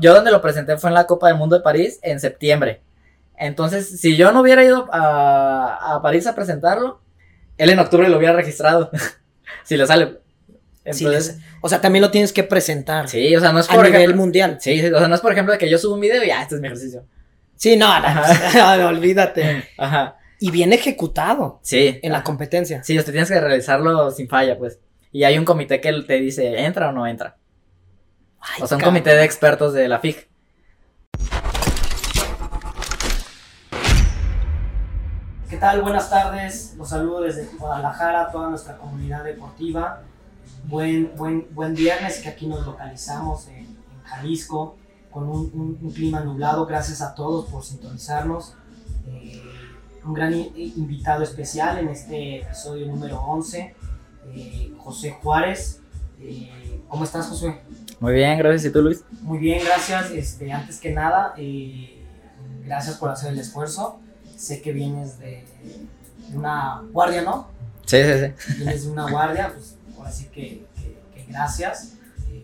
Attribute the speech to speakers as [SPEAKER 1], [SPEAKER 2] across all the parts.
[SPEAKER 1] yo donde lo presenté fue en la Copa del Mundo de París en septiembre. Entonces, si yo no hubiera ido a, a París a presentarlo, él en octubre lo hubiera registrado. si le sale.
[SPEAKER 2] Sí,
[SPEAKER 1] Entonces,
[SPEAKER 2] les- o sea, también lo tienes que presentar
[SPEAKER 1] sí, o sea, no es
[SPEAKER 2] a
[SPEAKER 1] por
[SPEAKER 2] nivel
[SPEAKER 1] ejemplo.
[SPEAKER 2] mundial.
[SPEAKER 1] Sí, sí, o sea, no es por ejemplo de que yo subo un video y ah, este es mi ejercicio.
[SPEAKER 2] Sí, no, no, Ah, no, olvídate.
[SPEAKER 1] Ajá.
[SPEAKER 2] Y bien ejecutado
[SPEAKER 1] Sí.
[SPEAKER 2] en la competencia.
[SPEAKER 1] Sí, usted tienes que realizarlo sin falla, pues. Y hay un comité que te dice, ¿entra o no entra?
[SPEAKER 2] Ay,
[SPEAKER 1] O sea, un
[SPEAKER 2] cabrón.
[SPEAKER 1] comité de expertos de la FIG.
[SPEAKER 2] ¿Qué tal? Buenas tardes. Los saludo desde Guadalajara, toda nuestra comunidad deportiva. Buen, buen, buen viernes que aquí nos localizamos en, en Jalisco con un, un- un clima nublado. Gracias a todos por sintonizarnos. Eh, un gran i- invitado especial en este episodio número 11, eh, José Juárez. Eh, ¿Cómo estás, José?
[SPEAKER 1] Muy bien, gracias. ¿Y tú, Luis?
[SPEAKER 2] Muy bien, gracias. Este, antes que nada, eh, gracias por hacer el esfuerzo. Sé que vienes de, de una guardia, ¿no?
[SPEAKER 1] Sí, sí, sí.
[SPEAKER 2] Vienes de una guardia, pues ahora sí que, que- que gracias.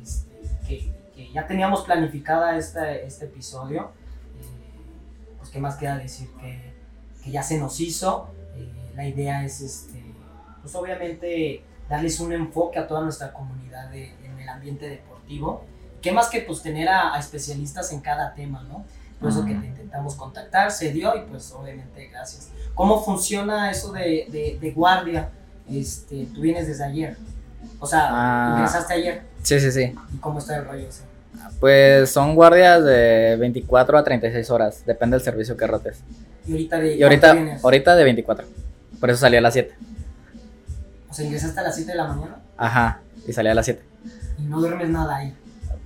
[SPEAKER 2] Este, que, que ya teníamos planificada este, este episodio. Eh, pues qué más queda decir que, que ya se nos hizo. Eh, la idea es, este, pues obviamente, darles un enfoque a toda nuestra comunidad de- en el ambiente deportivo. Qué más que pues tener a, a especialistas en cada tema, ¿no? Por eso que
[SPEAKER 1] Ujú.
[SPEAKER 2] te intentamos contactar, se dio y pues obviamente gracias. ¿Cómo funciona eso de, de- de guardia? Este, tú vienes desde ayer. O sea,
[SPEAKER 1] Ah.
[SPEAKER 2] ingresaste ayer.
[SPEAKER 1] Sí, sí, sí.
[SPEAKER 2] ¿Y cómo está el rollo ese?
[SPEAKER 1] Pues son guardias de 24 a 36 horas. Depende del servicio que rotes.
[SPEAKER 2] Y ahorita de
[SPEAKER 1] Y ahorita,
[SPEAKER 2] ¿cuánto vienes?
[SPEAKER 1] ahorita de 24. Por eso salí a las 7.
[SPEAKER 2] O sea, ingresaste a las 7 de la mañana
[SPEAKER 1] Ajá. Y salí a las 7.
[SPEAKER 2] y no duermes nada ahí.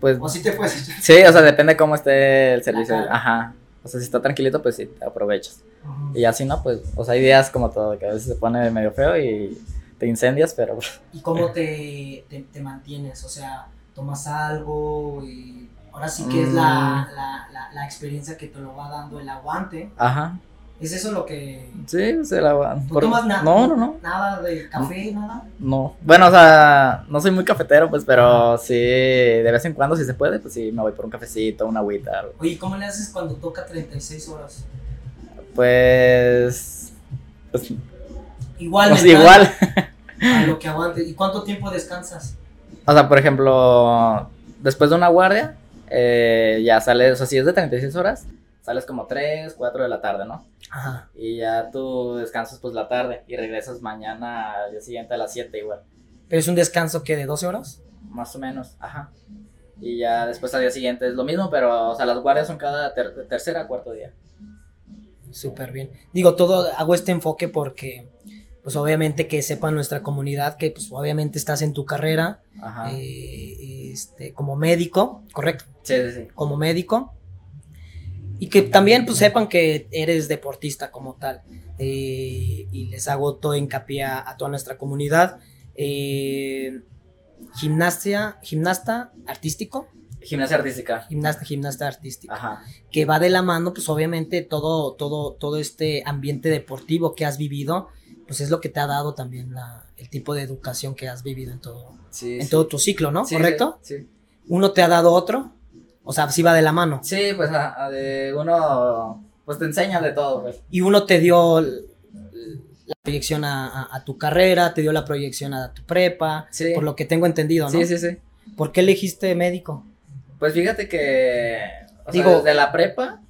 [SPEAKER 1] Pues
[SPEAKER 2] O si te puedes echar.
[SPEAKER 1] sí, o sea, depende cómo esté el servicio.
[SPEAKER 2] Ajá.
[SPEAKER 1] Ajá. O sea, si está tranquilito, pues sí, te aprovechas.
[SPEAKER 2] Ujú.
[SPEAKER 1] Y así no, pues, o sea, hay días como todo, que a veces se pone medio feo y te incendias, pero
[SPEAKER 2] ¿Y cómo te, te, te mantienes? O sea, tomas algo y ahora sí que es
[SPEAKER 1] Mm.
[SPEAKER 2] la, la, la- la experiencia que te lo va dando el aguante.
[SPEAKER 1] Ajá.
[SPEAKER 2] ¿Es eso lo que...
[SPEAKER 1] Sí, se la van.
[SPEAKER 2] ¿No
[SPEAKER 1] por-
[SPEAKER 2] tomas nada?
[SPEAKER 1] No, no, no.
[SPEAKER 2] ¿Nada de café, nada?
[SPEAKER 1] No. Bueno, o sea, no soy muy cafetero, pues, pero sí, de vez en cuando, si se puede, pues sí, me voy por un cafecito, una agüita, algo.
[SPEAKER 2] Oye, ¿cómo le haces cuando toca 36 horas?
[SPEAKER 1] Pues. Pues,
[SPEAKER 2] Igual,
[SPEAKER 1] pues,
[SPEAKER 2] mental,
[SPEAKER 1] igual.
[SPEAKER 2] A lo que aguante. ¿Y cuánto tiempo descansas?
[SPEAKER 1] O sea, por ejemplo, después de una guardia, eh, ya sales, o sea, si es de 36 horas, sales como 3, 4 de la tarde, ¿no?
[SPEAKER 2] Ajá.
[SPEAKER 1] Y ya tú descansas, pues, la tarde y regresas mañana al día siguiente a las 7, igual.
[SPEAKER 2] ¿Pero es un descanso que de 12 horas?
[SPEAKER 1] Más o menos, ajá. Y ya después al día siguiente es lo mismo, pero, o sea, las guardias son cada ter- tercera cuarto día.
[SPEAKER 2] Súper bien. Digo, todo, hago este enfoque porque, pues obviamente que sepa nuestra comunidad que, pues obviamente estás en tu carrera
[SPEAKER 1] Ajá.
[SPEAKER 2] eh, este, como médico, correcto,
[SPEAKER 1] Sí, sí, sí.
[SPEAKER 2] como médico. Y que también pues sepan que eres deportista como tal. Eh, y les hago todo hincapié a, a toda nuestra comunidad. Eh, gimnasia, gimnasta artístico,
[SPEAKER 1] Gimnasia artística.
[SPEAKER 2] gimnasta, gimnasta artístico.
[SPEAKER 1] Ajá.
[SPEAKER 2] que va de la mano, pues obviamente todo, todo, todo este ambiente deportivo que has vivido, pues es lo que te ha dado también la- el tipo de educación que has vivido en todo,
[SPEAKER 1] Sí,
[SPEAKER 2] en
[SPEAKER 1] sí.
[SPEAKER 2] todo tu ciclo, ¿no?
[SPEAKER 1] Sí,
[SPEAKER 2] ¿Correcto?
[SPEAKER 1] Sí, sí.
[SPEAKER 2] Uno te ha dado otro, o sea, sí va de la mano.
[SPEAKER 1] Sí, pues a- a de uno, pues te enseña de todo, pues.
[SPEAKER 2] Y uno te dio l- la proyección a, a- a tu carrera, te dio la proyección a tu prepa,
[SPEAKER 1] Sí.
[SPEAKER 2] por lo que tengo entendido, ¿no?
[SPEAKER 1] Sí, sí, sí.
[SPEAKER 2] ¿Por qué elegiste médico?
[SPEAKER 1] Pues fíjate que, o
[SPEAKER 2] Digo-
[SPEAKER 1] sea, desde la prepa,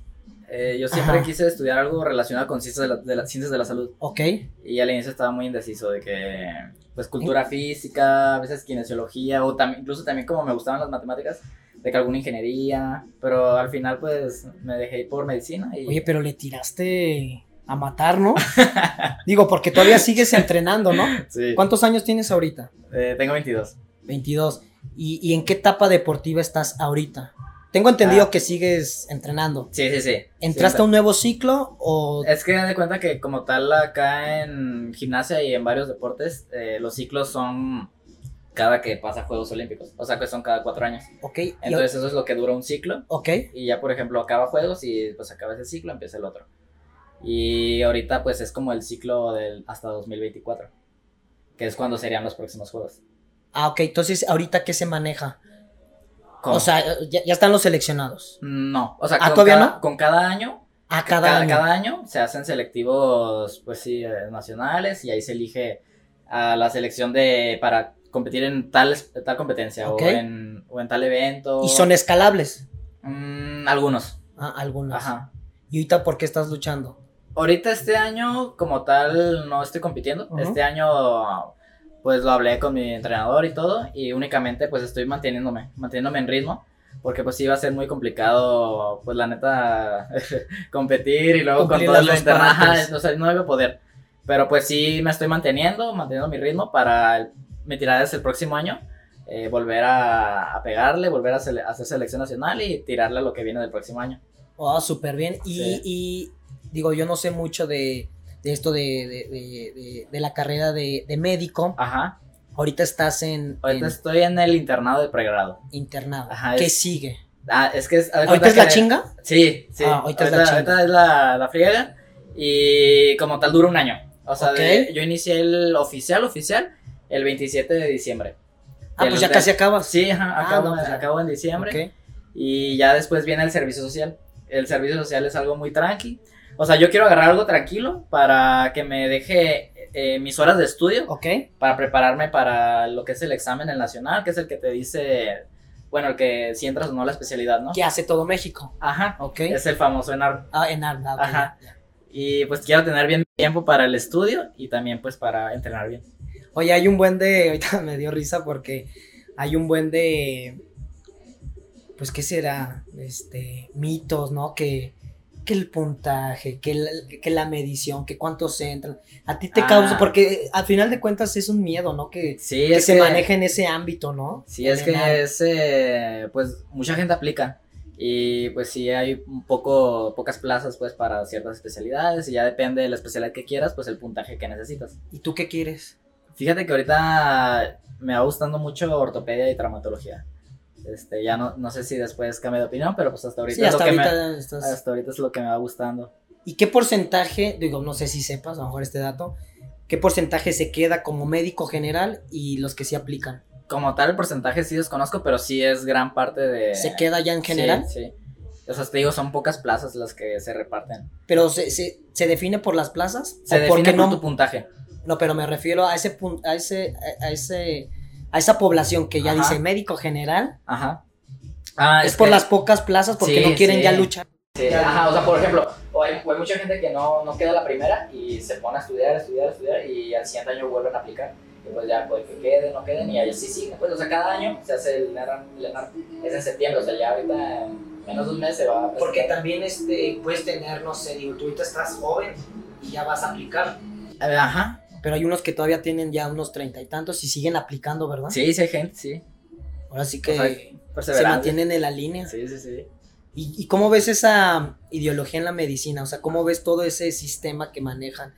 [SPEAKER 1] eh, yo siempre
[SPEAKER 2] Ajá. quise
[SPEAKER 1] quise estudiar algo relacionado con ciencias de, la, de las ciencias de la salud.
[SPEAKER 2] ¿Ok?
[SPEAKER 1] Y al inicio estaba muy indeciso de que, pues,
[SPEAKER 2] ¿Eh?
[SPEAKER 1] cultura física, a veces kinesiología, o tam- incluso también como me gustaban las matemáticas, de que alguna ingeniería, pero al final, pues, me dejé ir por medicina y...
[SPEAKER 2] Oye, pero le tiraste a matar, ¿no? Digo, porque todavía sigues entrenando, ¿no?
[SPEAKER 1] sí.
[SPEAKER 2] ¿Cuántos años tienes ahorita?
[SPEAKER 1] Eh, tengo 22.
[SPEAKER 2] 22. ¿Y, y en qué etapa deportiva estás ahorita? Tengo entendido
[SPEAKER 1] Ah.
[SPEAKER 2] que sigues entrenando.
[SPEAKER 1] Sí, sí, sí.
[SPEAKER 2] ¿Entraste a un nuevo ciclo o...?
[SPEAKER 1] Es que de cuenta que como tal acá en gimnasia y en varios deportes, eh, los ciclos son cada que pasa Juegos Olímpicos, o sea que son cada cuatro años.
[SPEAKER 2] Ok, y-
[SPEAKER 1] Entonces eso es lo que dura un ciclo
[SPEAKER 2] ok,
[SPEAKER 1] y ya por ejemplo acaba Juegos y pues acaba ese ciclo, empieza el otro. Y ahorita pues es como el ciclo del hasta 2024, que es cuando serían los próximos Juegos.
[SPEAKER 2] ah, ok, entonces ahorita qué se maneja?
[SPEAKER 1] ¿Cómo?
[SPEAKER 3] O sea, ya, ya están los seleccionados.
[SPEAKER 1] No, o sea,
[SPEAKER 3] ¿Ah,
[SPEAKER 1] con,
[SPEAKER 3] todavía
[SPEAKER 1] cada,
[SPEAKER 3] no?
[SPEAKER 1] con cada año,
[SPEAKER 3] A
[SPEAKER 1] cada,
[SPEAKER 3] cada, año.
[SPEAKER 1] cada año se hacen selectivos, pues sí, eh, nacionales y ahí se elige a la selección de para competir en tal, tal competencia
[SPEAKER 3] Ok.
[SPEAKER 1] o, en, o en tal evento.
[SPEAKER 3] Y son escalables.
[SPEAKER 1] Mm, algunos,
[SPEAKER 3] Ah, algunos.
[SPEAKER 1] ajá.
[SPEAKER 3] ¿Y ahorita por qué estás luchando?
[SPEAKER 1] Ahorita este año, como tal, no estoy compitiendo.
[SPEAKER 3] Ujú.
[SPEAKER 1] Este año, pues lo hablé con mi entrenador y todo. Y únicamente, pues estoy manteniéndome, manteniéndome en ritmo. Porque pues sí va a ser muy complicado, pues la neta, competir y luego
[SPEAKER 3] Cumplir
[SPEAKER 1] con todo
[SPEAKER 3] las
[SPEAKER 1] lo
[SPEAKER 3] dos
[SPEAKER 1] interna- ajá,
[SPEAKER 3] partes.
[SPEAKER 1] O sea, no debe poder. Pero pues sí me estoy manteniendo, manteniendo mi ritmo para el- mi tirada es el próximo año. eh, volver a, a pegarle, volver a sele- hacer selección nacional y tirarle a lo que viene del próximo año.
[SPEAKER 3] Oh, súper bien. Y,
[SPEAKER 1] Sí.
[SPEAKER 3] y, digo, yo no sé mucho de, de esto de, de- de- de- de la carrera de, de médico.
[SPEAKER 1] Ajá.
[SPEAKER 3] Ahorita estás en,
[SPEAKER 1] Ahorita
[SPEAKER 3] en
[SPEAKER 1] estoy en el internado de pregrado.
[SPEAKER 3] internado.
[SPEAKER 1] Ajá,
[SPEAKER 3] ¿Qué
[SPEAKER 1] es-
[SPEAKER 3] sigue?
[SPEAKER 1] Ah, es que es, haz de
[SPEAKER 3] ¿Ahorita
[SPEAKER 1] cuenta
[SPEAKER 3] es la
[SPEAKER 1] que-
[SPEAKER 3] chinga?
[SPEAKER 1] Sí, sí.
[SPEAKER 3] Ah, ahorita es la chinga.
[SPEAKER 1] ahorita es la, la friega. Y como tal dura un año. O sea, de-
[SPEAKER 3] Ok.
[SPEAKER 1] yo inicié el oficial, oficial, el 27 de diciembre.
[SPEAKER 3] Ah,
[SPEAKER 1] El
[SPEAKER 3] pues ya
[SPEAKER 1] de-
[SPEAKER 3] casi acabas.
[SPEAKER 1] Sí, ajá,
[SPEAKER 3] Ah,
[SPEAKER 1] acabo,
[SPEAKER 3] no, pues ya.
[SPEAKER 1] acabo en diciembre.
[SPEAKER 3] Ok.
[SPEAKER 1] Y ya después viene el servicio social. El servicio social es algo muy tranqui. O sea, yo quiero agarrar algo tranquilo para que me deje eh, mis horas de estudio
[SPEAKER 3] Ok.
[SPEAKER 1] para prepararme para lo que es el examen el nacional, que es el que te dice, bueno, el que si entras o no a la especialidad, ¿no?
[SPEAKER 3] ¿Qué hace todo México?
[SPEAKER 1] Ajá.
[SPEAKER 3] Ok.
[SPEAKER 1] Es el famoso ENAR.
[SPEAKER 3] Ah, en Arda. ok,
[SPEAKER 1] Ajá.
[SPEAKER 3] ya.
[SPEAKER 1] Y pues quiero tener bien tiempo para el estudio y también pues para entrenar bien.
[SPEAKER 3] Oye, hay un buen de. Ahorita me dio risa porque hay un buen de. Pues, ¿qué será? Este. Mitos, ¿no? Que. Que el puntaje, que, la- que la medición, que cuántos entran. A ti te
[SPEAKER 1] Ah.
[SPEAKER 3] causa. Porque al final de cuentas es un miedo, ¿no? Que,
[SPEAKER 1] Sí,
[SPEAKER 3] que
[SPEAKER 1] es
[SPEAKER 3] se
[SPEAKER 1] que,
[SPEAKER 3] maneja en ese ámbito, ¿no?
[SPEAKER 1] Sí, es
[SPEAKER 3] En
[SPEAKER 1] que
[SPEAKER 3] el ámbito.
[SPEAKER 1] es, eh, pues mucha gente aplica y pues sí hay un poco, pocas plazas pues para ciertas especialidades y ya depende de la especialidad que quieras, pues el puntaje que necesitas.
[SPEAKER 3] ¿Y tú qué quieres?
[SPEAKER 1] Fíjate que ahorita me va gustando mucho ortopedia y traumatología. Este, ya no, no sé si después cambie de opinión, pero pues hasta ahorita,
[SPEAKER 3] Sí,
[SPEAKER 1] es lo
[SPEAKER 3] hasta
[SPEAKER 1] que me- Ah.
[SPEAKER 3] ahorita estás.
[SPEAKER 1] hasta ahorita es lo que me va gustando.
[SPEAKER 3] ¿Y qué porcentaje, digo, no sé si sepas, a lo mejor este dato, qué porcentaje se queda como médico general y los que sí aplican?
[SPEAKER 1] Como tal, el porcentaje sí desconozco, pero sí es gran parte de.
[SPEAKER 3] ¿Se queda ya en general?
[SPEAKER 1] Eh, Sí, sí. O sea, te digo, son pocas plazas las que se reparten.
[SPEAKER 3] ¿Pero se, se, se define por las plazas?
[SPEAKER 1] Se
[SPEAKER 3] ¿O por
[SPEAKER 1] define
[SPEAKER 3] qué
[SPEAKER 1] por
[SPEAKER 3] no?
[SPEAKER 1] tu puntaje.
[SPEAKER 3] No, pero me refiero a ese pun- a ese, a- a ese, a esa población que ya
[SPEAKER 1] Ajá.
[SPEAKER 3] dice médico general.
[SPEAKER 1] Ajá. Ah,
[SPEAKER 3] es por
[SPEAKER 1] que-
[SPEAKER 3] las pocas plazas porque
[SPEAKER 1] Sí,
[SPEAKER 3] no quieren
[SPEAKER 1] sí.
[SPEAKER 3] ya luchar.
[SPEAKER 1] sí, ajá, o sea, por ejemplo, o hay, o hay mucha gente que no, no queda la primera y se pone a estudiar, estudiar, estudiar y al siguiente año vuelven a aplicar. Y pues ya, pues que queden, no queden y ahí sí siguen. Pues, o sea, cada año se hace el NERAM, es en septiembre, o sea, ya ahorita en menos de un mes se va a
[SPEAKER 2] Porque
[SPEAKER 1] presentar.
[SPEAKER 2] también este, puedes tener, no sé, digo, tú ahorita estás joven y ya vas a aplicar.
[SPEAKER 1] Ajá.
[SPEAKER 3] Pero hay unos que todavía tienen ya unos treinta y tantos y siguen aplicando, ¿verdad?
[SPEAKER 1] Sí, sí hay gente, sí.
[SPEAKER 3] Ahora sí que
[SPEAKER 1] O sea,
[SPEAKER 3] se
[SPEAKER 1] Perseverancia.
[SPEAKER 3] mantienen en la línea.
[SPEAKER 1] Sí, sí, sí.
[SPEAKER 3] ¿Y, y cómo ves esa ideología en la medicina? O sea, ¿cómo ves todo ese sistema que manejan?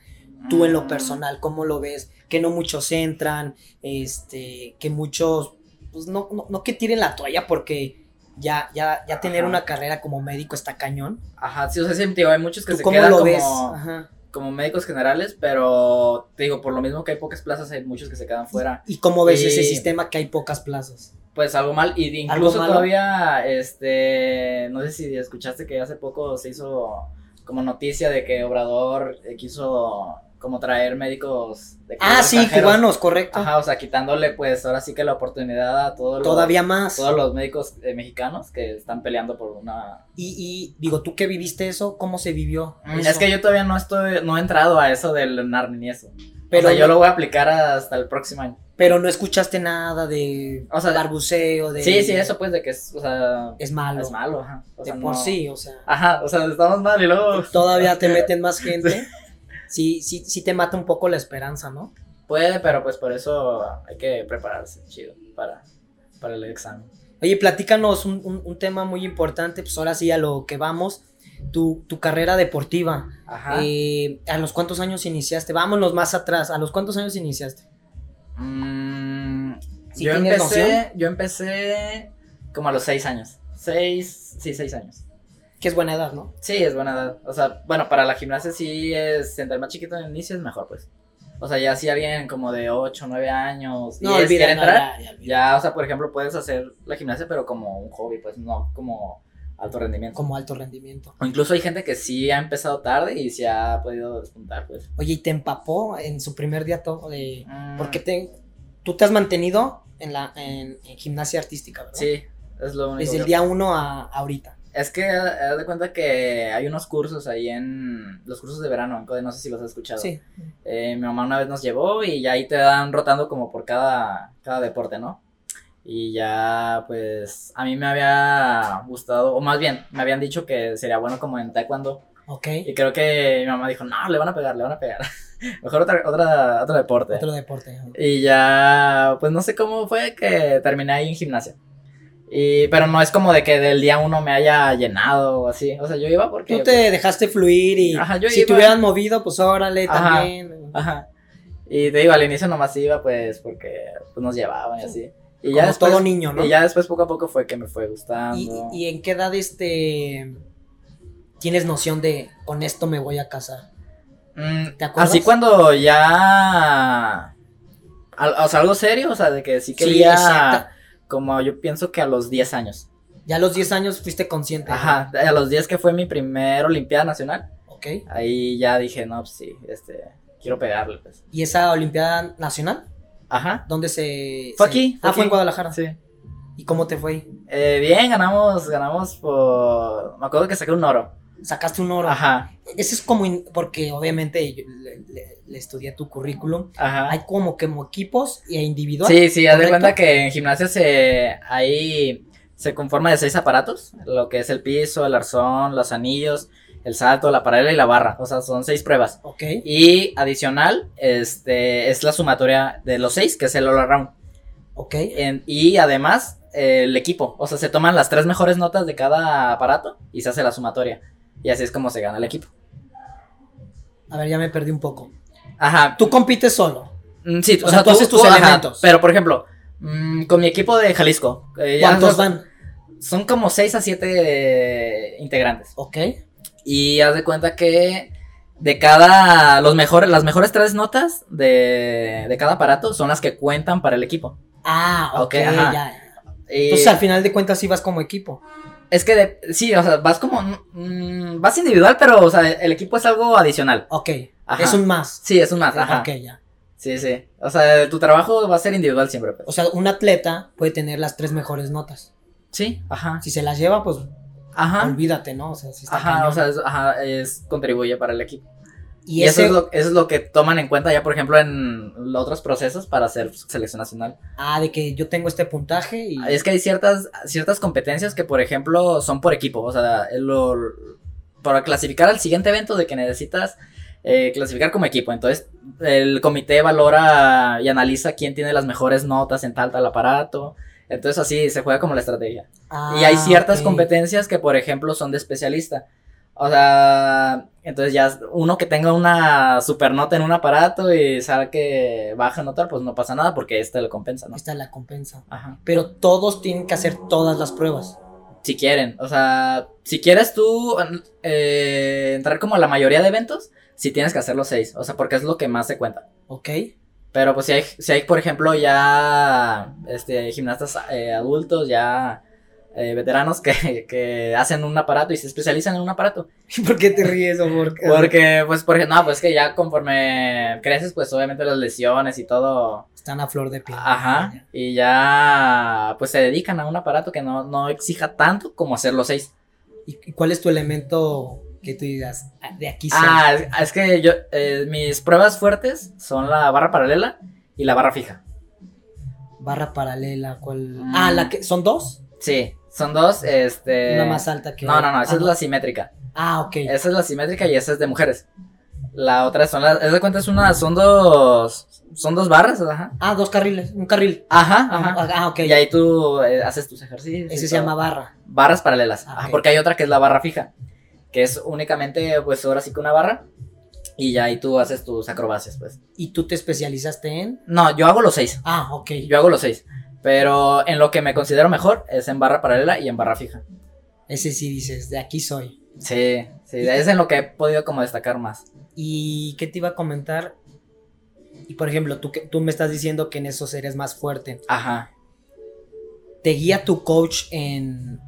[SPEAKER 3] Tú en lo
[SPEAKER 1] Mm.
[SPEAKER 3] personal, ¿cómo lo ves? Que no muchos entran, este, que muchos, pues no, no, no que tiren la toalla porque ya, ya, ya tener
[SPEAKER 1] Ajá.
[SPEAKER 3] una carrera como médico está cañón.
[SPEAKER 1] Ajá, sí, o sea, sí, digo, hay muchos que
[SPEAKER 3] ¿Tú
[SPEAKER 1] se
[SPEAKER 3] cómo
[SPEAKER 1] quedan
[SPEAKER 3] lo
[SPEAKER 1] como,
[SPEAKER 3] ves? Ajá.
[SPEAKER 1] como médicos generales, pero te digo, por lo mismo que hay pocas plazas, hay muchos que se quedan fuera.
[SPEAKER 3] ¿Y cómo ves ese
[SPEAKER 1] Eh,
[SPEAKER 3] sistema que hay pocas plazas?
[SPEAKER 1] Pues algo mal, y de-
[SPEAKER 3] ¿Algo
[SPEAKER 1] incluso
[SPEAKER 3] malo?
[SPEAKER 1] todavía, este, no sé si escuchaste que hace poco se hizo como noticia de que Obrador eh, quiso como traer médicos de
[SPEAKER 3] Ah,
[SPEAKER 1] color
[SPEAKER 3] sí,
[SPEAKER 1] extranjeros.
[SPEAKER 3] cubanos, correcto.
[SPEAKER 1] Ajá, o sea, quitándole pues ahora sí que la oportunidad a todos los,
[SPEAKER 3] Todavía más.
[SPEAKER 1] todos los médicos eh, mexicanos que están peleando por una
[SPEAKER 3] Y, y digo, tú que viviste eso, ¿cómo se vivió?
[SPEAKER 1] Mm,
[SPEAKER 3] eso?
[SPEAKER 1] Es que yo todavía no estoy, no he entrado a eso del NARN ni eso.
[SPEAKER 3] pero,
[SPEAKER 1] Pero yo
[SPEAKER 3] no-
[SPEAKER 1] lo voy a aplicar hasta el próximo año.
[SPEAKER 3] pero no escuchaste nada de
[SPEAKER 1] O sea,
[SPEAKER 3] barbuceo, de...
[SPEAKER 1] sí, sí, eso pues de que es, o sea,
[SPEAKER 3] es malo.
[SPEAKER 1] es malo, ajá. O sea,
[SPEAKER 3] de por
[SPEAKER 1] no-
[SPEAKER 3] sí, o sea.
[SPEAKER 1] Ajá, o sea, estamos mal y luego,
[SPEAKER 3] Todavía te meten más gente. Sí, sí, sí te mata un poco la esperanza, ¿no?
[SPEAKER 1] puede, pero pues por eso hay que prepararse, chido, para, para el examen.
[SPEAKER 3] Oye, platícanos un, un- un tema muy importante, pues ahora sí a lo que vamos, tu, tu carrera deportiva.
[SPEAKER 1] Ajá.
[SPEAKER 3] Eh, ¿A los cuántos años iniciaste? Vámonos más atrás, ¿a los cuántos años iniciaste?
[SPEAKER 1] Mm,
[SPEAKER 3] ¿Sí
[SPEAKER 1] yo
[SPEAKER 3] tienes
[SPEAKER 1] empecé, yo empecé como a los seis años. Seis, sí, seis años.
[SPEAKER 3] Que es buena edad, ¿no?
[SPEAKER 1] Sí, es buena edad. O sea, bueno, para la gimnasia sí es, entre más chiquito en el inicio es mejor, pues. O sea, ya si alguien como de 8, 9 años,
[SPEAKER 3] No,
[SPEAKER 1] 10 quiere
[SPEAKER 3] olvida, no,
[SPEAKER 1] entrar,
[SPEAKER 3] ya, ya, olvida.
[SPEAKER 1] ya, o sea, por ejemplo, puedes hacer la gimnasia, pero como un hobby, pues no como alto rendimiento.
[SPEAKER 3] Como alto rendimiento.
[SPEAKER 1] O incluso hay gente que sí ha empezado tarde y se ha podido despuntar, pues.
[SPEAKER 3] Oye, ¿y te empapó en su primer día todo de... Porque te, tú te has mantenido en la en, en gimnasia artística, ¿verdad?
[SPEAKER 1] Sí, es lo único.
[SPEAKER 3] Desde el
[SPEAKER 1] que-
[SPEAKER 3] día uno a ahorita.
[SPEAKER 1] Es que haz de cuenta que hay unos cursos ahí en. Los cursos de verano, en Code, no sé si los has escuchado.
[SPEAKER 3] Sí.
[SPEAKER 1] Eh, mi mamá una vez nos llevó y ya ahí te van rotando como por cada, cada deporte, ¿no? Y ya, pues, a mí me había gustado, o más bien, me habían dicho que sería bueno como en taekwondo.
[SPEAKER 3] Ok.
[SPEAKER 1] Y creo que mi mamá dijo, no, le van a pegar, le van a pegar. Mejor otra, otra, otro deporte.
[SPEAKER 3] Otro deporte. ajá.
[SPEAKER 1] Y ya, pues no sé cómo fue que terminé ahí en gimnasia. Y, pero no es como de que del día uno me haya llenado o así. O sea, yo iba porque...
[SPEAKER 3] Tú te dejaste fluir y
[SPEAKER 1] Ajá, yo
[SPEAKER 3] si
[SPEAKER 1] iba-
[SPEAKER 3] te hubieran movido, pues órale
[SPEAKER 1] Ajá.
[SPEAKER 3] también.
[SPEAKER 1] Ajá. Y te digo, al inicio nomás iba pues porque pues, nos llevaban y así. Y ya,
[SPEAKER 3] Como
[SPEAKER 1] después,
[SPEAKER 3] todo niño, ¿no?
[SPEAKER 1] y ya después poco a poco fue que me fue gustando.
[SPEAKER 3] ¿Y, y- y en qué edad este tienes noción de con esto me voy a casar?
[SPEAKER 1] Mm,
[SPEAKER 3] ¿Te acuerdas?
[SPEAKER 1] así cuando ya... al- o sea, algo serio, o sea, de que sí
[SPEAKER 3] Sí,
[SPEAKER 1] quería...
[SPEAKER 3] exacto.
[SPEAKER 1] como yo pienso que a los 10 años.
[SPEAKER 3] Ya a los 10 años fuiste consciente.
[SPEAKER 1] Ajá, a los 10 que fue mi primer Olimpiada Nacional.
[SPEAKER 3] ¿no? Ok.
[SPEAKER 1] Ahí ya dije, no, pues sí, este, quiero pegarle, pues.
[SPEAKER 3] ¿Y esa Olimpiada Nacional?
[SPEAKER 1] Ajá.
[SPEAKER 3] ¿Dónde se...?
[SPEAKER 1] Fue
[SPEAKER 3] se-
[SPEAKER 1] aquí,
[SPEAKER 3] Ah,
[SPEAKER 1] fue
[SPEAKER 3] fue
[SPEAKER 1] aquí.
[SPEAKER 3] en Guadalajara.
[SPEAKER 1] Sí.
[SPEAKER 3] ¿Y cómo te fue?
[SPEAKER 1] Eh, bien, ganamos, ganamos por... Me acuerdo que saqué un oro.
[SPEAKER 3] ¿Sacaste un oro?
[SPEAKER 1] Ajá,
[SPEAKER 3] Eso es como... in- Porque obviamente yo le, le- le estudié tu currículum.
[SPEAKER 1] ajá.
[SPEAKER 3] Hay como que como equipos e individual.
[SPEAKER 1] Sí, sí, haz de
[SPEAKER 3] ¿correcto?
[SPEAKER 1] cuenta que en gimnasia se... Ahí se conforma de seis aparatos. Lo que es el piso, el arzón, los anillos, el salto, la paralela y la barra. O sea, son seis pruebas.
[SPEAKER 3] Ok.
[SPEAKER 1] Y adicional, este, es la sumatoria de los seis, que es el all around.
[SPEAKER 3] Ok.
[SPEAKER 1] En- y además, eh, el equipo. O sea, se toman las tres mejores notas de cada aparato y se hace la sumatoria. Y así es como se gana el equipo.
[SPEAKER 3] A ver, ya me perdí un poco.
[SPEAKER 1] Ajá.
[SPEAKER 3] Tú compites solo.
[SPEAKER 1] Mm, Sí,
[SPEAKER 3] O sea, tú haces tus
[SPEAKER 1] ajá,
[SPEAKER 3] elementos.
[SPEAKER 1] pero, por ejemplo, mm, con mi equipo de Jalisco. eh, ya
[SPEAKER 3] ¿Cuántos
[SPEAKER 1] son-
[SPEAKER 3] van?
[SPEAKER 1] Son como 6 a 7 integrantes.
[SPEAKER 3] Ok.
[SPEAKER 1] Y haz de cuenta que de cada. Los mejores, las mejores tres notas de, de cada aparato son las que cuentan para el equipo.
[SPEAKER 3] Ah, ok.
[SPEAKER 1] Ok, ajá.
[SPEAKER 3] ya.
[SPEAKER 1] Y-
[SPEAKER 3] Entonces al final de cuentas ibas como equipo.
[SPEAKER 1] Es que de- sí, o sea, vas como. mm, vas individual, pero, o sea, el equipo es algo adicional.
[SPEAKER 3] Ok.
[SPEAKER 1] Ajá.
[SPEAKER 3] Es un más.
[SPEAKER 1] Sí, es un más, ajá.
[SPEAKER 3] Ok, ya.
[SPEAKER 1] Sí, sí. O sea, tu trabajo va a ser individual siempre. pues.
[SPEAKER 3] O sea, un atleta puede tener las tres mejores notas.
[SPEAKER 1] Sí, ajá.
[SPEAKER 3] Si se las lleva, pues
[SPEAKER 1] Ajá.
[SPEAKER 3] olvídate, ¿no? O sea, si está
[SPEAKER 1] Ajá,
[SPEAKER 3] cañón.
[SPEAKER 1] o sea, es- ajá, es, contribuye para el equipo.
[SPEAKER 3] y,
[SPEAKER 1] Y, eso,
[SPEAKER 3] ese-
[SPEAKER 1] es lo, eso es lo que toman en cuenta ya, por ejemplo, en los otros procesos para hacer selección nacional.
[SPEAKER 3] Ah, de que yo tengo este puntaje y...
[SPEAKER 1] Es que hay ciertas, ciertas competencias que, por ejemplo, son por equipo. O sea, lo- para clasificar al siguiente evento de que necesitas eh, clasificar como equipo. Entonces, el comité valora y analiza quién tiene las mejores notas en tal tal aparato. Entonces, así se juega como la estrategia.
[SPEAKER 3] Ah,
[SPEAKER 1] y hay ciertas
[SPEAKER 3] ok.
[SPEAKER 1] competencias que, por ejemplo, son de especialista. O sea, entonces ya uno que tenga una super nota en un aparato y sabe que baja nota, pues no pasa nada porque este lo compensa, ¿no?
[SPEAKER 3] Esta es la compensa.
[SPEAKER 1] Ajá.
[SPEAKER 3] Pero todos tienen que hacer todas las pruebas.
[SPEAKER 1] Si quieren, o sea, si quieres tú eh, entrar como a la mayoría de eventos, sí tienes que hacer los seis, o sea, porque es lo que más se cuenta.
[SPEAKER 3] ¿Ok?
[SPEAKER 1] Pero pues si hay, si hay por ejemplo, ya este, gimnastas eh, adultos, ya eh, veteranos que, que hacen un aparato y se especializan en un aparato.
[SPEAKER 3] ¿Por qué te ríes, amor?
[SPEAKER 1] Porque, pues, porque, no, pues que ya conforme creces, pues obviamente las lesiones y todo
[SPEAKER 3] Están a flor de piel.
[SPEAKER 1] Ah. Ajá. Y ya, pues se dedican a un aparato que no, no exija tanto como hacer los seis.
[SPEAKER 3] ¿Y y cuál es tu elemento que tú digas, "Ah, de aquí soy"?
[SPEAKER 1] Ah, es, es que yo, eh, mis pruebas fuertes son la barra paralela y la barra fija.
[SPEAKER 3] Barra paralela, ¿cuál?
[SPEAKER 1] Mm.
[SPEAKER 3] Ah, la que, ¿son dos?
[SPEAKER 1] Sí, son dos, este...
[SPEAKER 3] Una más alta que...
[SPEAKER 1] No, no, no, esa
[SPEAKER 3] ah,
[SPEAKER 1] es la simétrica.
[SPEAKER 3] Ah, ok.
[SPEAKER 1] Esa es la simétrica y esa es de mujeres. La otra son las... Es de cuenta, es una... Son dos... Son dos barras, ajá.
[SPEAKER 3] Ah, dos carriles, un carril.
[SPEAKER 1] Ajá,
[SPEAKER 3] Ah,
[SPEAKER 1] ajá.
[SPEAKER 3] ah, ok.
[SPEAKER 1] Y ahí tú eh, haces tus ejercicios.
[SPEAKER 3] Ese
[SPEAKER 1] y
[SPEAKER 3] se
[SPEAKER 1] todo.
[SPEAKER 3] llama barra.
[SPEAKER 1] Barras paralelas.
[SPEAKER 3] Ah,
[SPEAKER 1] Ajá,
[SPEAKER 3] ok.
[SPEAKER 1] porque hay otra que es la barra fija. Que es únicamente, pues ahora sí que una barra. Y ya ahí tú haces tus acrobacias, pues.
[SPEAKER 3] ¿Y tú te especializaste en...?
[SPEAKER 1] No, yo hago los seis.
[SPEAKER 3] Ah, ok.
[SPEAKER 1] Yo hago los seis. Pero en lo que me considero mejor es en barra paralela y en barra fija.
[SPEAKER 3] Ese sí dices, de aquí soy.
[SPEAKER 1] Sí, sí, es en lo que he podido como destacar más.
[SPEAKER 3] ¿Y qué te iba a comentar? Y por ejemplo, tú, que- tú me estás diciendo que en esos eres más fuerte.
[SPEAKER 1] Ajá.
[SPEAKER 3] ¿Te guía tu coach en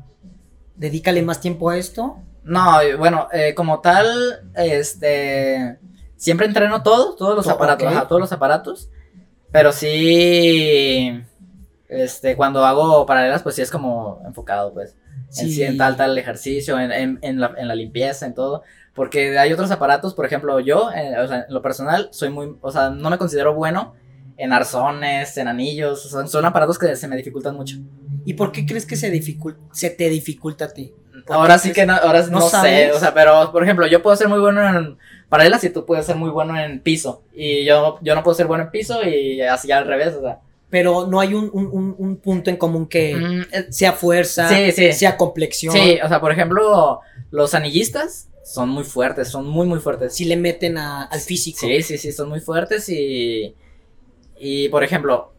[SPEAKER 3] dedícale más tiempo a esto?
[SPEAKER 1] No, y bueno, eh, como tal, este, siempre entreno todo, todos los
[SPEAKER 3] To-
[SPEAKER 1] aparatos,
[SPEAKER 3] ok.
[SPEAKER 1] ajá, todos los aparatos, pero sí, este, cuando hago paralelas, pues sí es como enfocado, pues, en sí, en tal, tal ejercicio, en, en- en la, en la limpieza, en todo, porque hay otros aparatos, por ejemplo, yo, eh, o sea, en lo personal, soy muy, o sea, no me considero bueno en arzones, en anillos, son, son aparatos que se me dificultan mucho.
[SPEAKER 3] ¿Y por qué crees que se, dificul- se te dificulta a ti? ¿Por
[SPEAKER 1] Ahora
[SPEAKER 3] qué
[SPEAKER 1] sí
[SPEAKER 3] crees-
[SPEAKER 1] que no, ahora
[SPEAKER 3] no
[SPEAKER 1] no, sé,
[SPEAKER 3] sabes?
[SPEAKER 1] o sea, pero por ejemplo, yo puedo ser muy bueno en paralelas y tú puedes ser muy bueno en piso. Y yo, yo no puedo ser bueno en piso y así al revés, o sea.
[SPEAKER 3] Pero no hay un, un- un- un punto en común que
[SPEAKER 1] Mm, eh,
[SPEAKER 3] sea fuerza,
[SPEAKER 1] sí, sí.
[SPEAKER 3] sea complexión,
[SPEAKER 1] Sí, o sea, por ejemplo, los anillistas son muy fuertes, son muy, muy fuertes.
[SPEAKER 3] si le meten a- al físico.
[SPEAKER 1] Sí, sí, sí, son muy fuertes y. Y por ejemplo,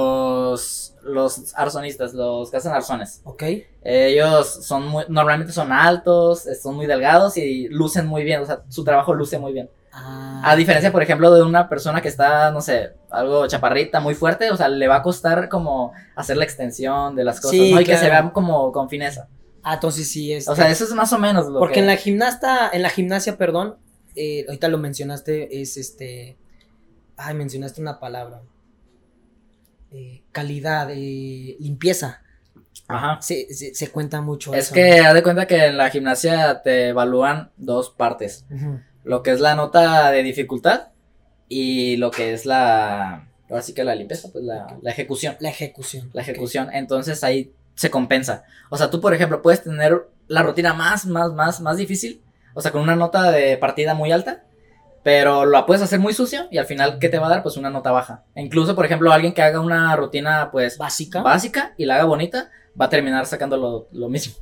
[SPEAKER 1] los. Los arzonistas, los que hacen arzones.
[SPEAKER 3] ¿Ok?
[SPEAKER 1] Ellos son muy, normalmente son altos, eh, son muy delgados y lucen muy bien, o sea, su trabajo luce muy bien.
[SPEAKER 3] Ah,
[SPEAKER 1] A diferencia, por ejemplo, de una persona que está, no sé, algo chaparrita, muy fuerte, o sea, le va a costar como hacer la extensión de las cosas,
[SPEAKER 3] Sí,
[SPEAKER 1] ¿no? Y que se
[SPEAKER 3] claro.
[SPEAKER 1] vean como con fineza.
[SPEAKER 3] ah, entonces sí es.
[SPEAKER 1] O sea, eso es más o menos lo
[SPEAKER 3] porque
[SPEAKER 1] que...
[SPEAKER 3] en la gimnasta, en la gimnasia, perdón, eh, ahorita lo mencionaste, es este. Ay, mencionaste una palabra. Eh, calidad, eh, limpieza.
[SPEAKER 1] Ajá.
[SPEAKER 3] Se, se- se cuenta mucho
[SPEAKER 1] Es
[SPEAKER 3] eso,
[SPEAKER 1] que haz de cuenta que en la gimnasia te evalúan dos partes,
[SPEAKER 3] ¿no? Ujú.
[SPEAKER 1] lo que es la nota de dificultad y lo que es la... Ahora sí que la limpieza, pues la, la ejecución.
[SPEAKER 3] La ejecución.
[SPEAKER 1] la
[SPEAKER 3] ok.
[SPEAKER 1] ejecución, entonces ahí se compensa. O sea, tú, por ejemplo, puedes tener la rutina más, más, más, más difícil, o sea, con una nota de partida muy alta, pero la puedes hacer muy sucio y al final, ¿qué te va a dar? Pues una nota baja. E incluso, por ejemplo, alguien que haga una rutina, pues,
[SPEAKER 3] Básica.
[SPEAKER 1] básica y la haga bonita, va a terminar sacando lo, lo mismo.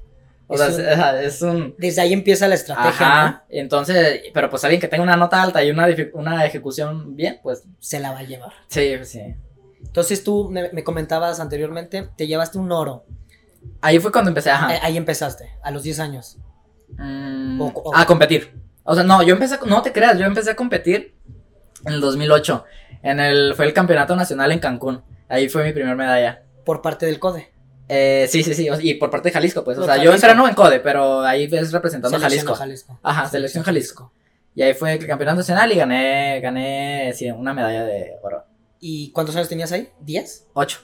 [SPEAKER 1] O
[SPEAKER 3] Es
[SPEAKER 1] sea,
[SPEAKER 3] un-
[SPEAKER 1] es, ajá, es un...
[SPEAKER 3] Desde ahí empieza la estrategia, ¿no?
[SPEAKER 1] Ajá, entonces, pero pues alguien que tenga una nota alta y una, dific- una ejecución bien, pues
[SPEAKER 3] Se la va a llevar.
[SPEAKER 1] sí, sí.
[SPEAKER 3] Entonces tú me, me comentabas anteriormente, te llevaste un oro.
[SPEAKER 1] Ahí fue cuando empecé, ajá.
[SPEAKER 3] Eh, Ahí empezaste, a los 10 años.
[SPEAKER 1] Mm,
[SPEAKER 3] O- o-
[SPEAKER 1] a competir. O sea, no, yo empecé, a- no te creas, yo empecé a competir en el 2008. En el, fue el campeonato nacional en Cancún. Ahí fue mi primer medalla.
[SPEAKER 3] Por parte del CODE.
[SPEAKER 1] Eh, sí, sí, sí, o- y por parte de Jalisco, pues. O
[SPEAKER 3] Los
[SPEAKER 1] sea, yo
[SPEAKER 3] Jalisco.
[SPEAKER 1] entreno en CODE, pero ahí es representando a
[SPEAKER 3] Selección
[SPEAKER 1] Jalisco.
[SPEAKER 3] Jalisco.
[SPEAKER 1] Ajá, selección Jalisco. Y ahí fue el campeonato nacional y gané, gané, sí, una medalla de oro.
[SPEAKER 3] ¿Y cuántos años tenías ahí? ¿10?
[SPEAKER 1] Ocho.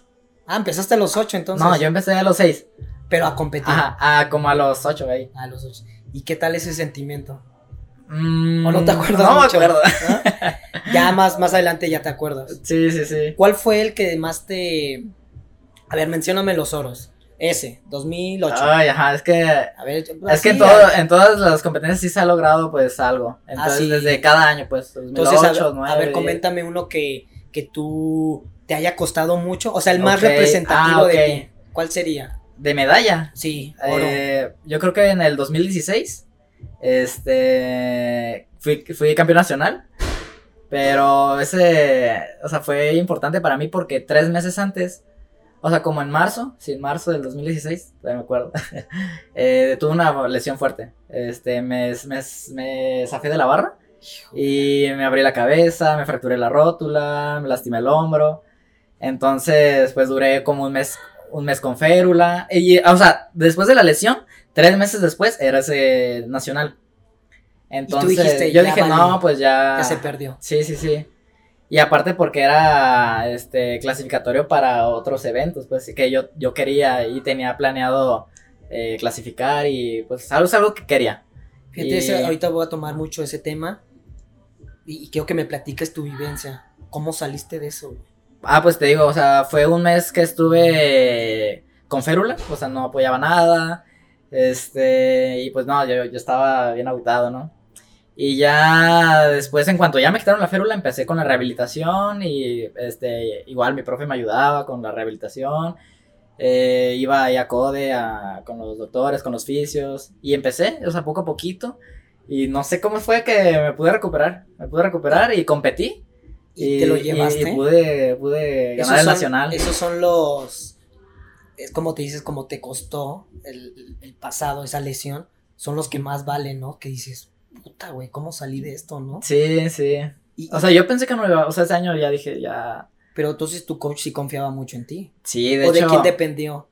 [SPEAKER 3] Ah, empezaste a los 8 entonces.
[SPEAKER 1] no, yo empecé a los seis.
[SPEAKER 3] Pero a competir.
[SPEAKER 1] Ajá, a- como a los ocho, ahí.
[SPEAKER 3] A los 8. ¿Y qué tal ese sentimiento?
[SPEAKER 1] Mm,
[SPEAKER 3] ¿O no te acuerdas?
[SPEAKER 1] No
[SPEAKER 3] mucho?
[SPEAKER 1] me acuerdo.
[SPEAKER 3] ¿Ah? Ya más, más adelante ya te acuerdas.
[SPEAKER 1] Sí, sí, sí.
[SPEAKER 3] ¿Cuál fue el que más te... A ver, mencióname los oros. Ese, 2008.
[SPEAKER 1] Ay, ajá, es que
[SPEAKER 3] A ver,
[SPEAKER 1] Ah, Es que en,
[SPEAKER 3] así,
[SPEAKER 1] todo, en todas las competencias sí se ha logrado pues algo. Entonces,
[SPEAKER 3] sí.
[SPEAKER 1] desde cada año, pues, 2008,
[SPEAKER 3] Entonces, a ver- a,
[SPEAKER 1] 2009.
[SPEAKER 3] ver, coméntame uno que, que tú te haya costado mucho, o sea, el más
[SPEAKER 1] Ok,
[SPEAKER 3] representativo
[SPEAKER 1] ah, ok.
[SPEAKER 3] de ti. ¿Cuál sería?
[SPEAKER 1] De medalla.
[SPEAKER 3] Sí, oro.
[SPEAKER 1] Eh, yo creo que en el 2016 este, fui, fui campeón nacional. Pero ese, o sea, fue importante para mí porque tres meses antes, o sea, como en marzo, sí, en marzo del 2016, todavía me acuerdo, eh, tuve una lesión fuerte. Este, me, me, me zafé de la barra. Y me abrí la cabeza, me fracturé la rótula, me lastimé el hombro. Entonces, pues duré como un mes, un mes con férula. Y, o sea, después de la lesión, tres meses después, era ese nacional. Entonces,
[SPEAKER 3] dijiste,
[SPEAKER 1] yo
[SPEAKER 3] "Ya
[SPEAKER 1] dije,
[SPEAKER 3] valió,
[SPEAKER 1] no, pues ya.
[SPEAKER 3] ya se perdió.
[SPEAKER 1] Sí, sí, sí. Y aparte porque era este clasificatorio para otros eventos, pues que yo, yo quería y tenía planeado eh, clasificar y pues algo es algo que quería.
[SPEAKER 3] Fíjate,
[SPEAKER 1] Y-
[SPEAKER 3] ese- ahorita voy a tomar mucho ese tema y, y quiero que me platiques tu vivencia. ¿Cómo saliste de eso? güey?
[SPEAKER 1] Ah, pues te digo, o sea, fue un mes que estuve con férula, o sea, no apoyaba nada, este, y pues no, yo, yo estaba bien agotado, ¿no? Y ya después, en cuanto ya me quitaron la férula, empecé con la rehabilitación y, este, igual mi profe me ayudaba con la rehabilitación, eh, iba ahí a CODE a- con los doctores, con los fisios, y empecé, o sea, poco a poquito, y no sé cómo fue que me pude recuperar, me pude recuperar y competí.
[SPEAKER 3] ¿Y, te lo
[SPEAKER 1] y-
[SPEAKER 3] llevaste?
[SPEAKER 1] Y pude, pude
[SPEAKER 3] Esos
[SPEAKER 1] ganar el
[SPEAKER 3] son-
[SPEAKER 1] pues, nacional.
[SPEAKER 3] Esos son los... Es como te dices, como te costó el, el pasado, esa lesión, son los que más valen, ¿no? Que dices, puta, güey, ¿cómo salí de esto, no?
[SPEAKER 1] Sí, sí.
[SPEAKER 3] Y-
[SPEAKER 1] O sea, yo pensé que no iba, o sea, ese año ya dije, ya...
[SPEAKER 3] pero entonces tu coach sí confiaba mucho en ti.
[SPEAKER 1] Sí, de
[SPEAKER 3] ¿O
[SPEAKER 1] hecho...
[SPEAKER 3] de quién dependió?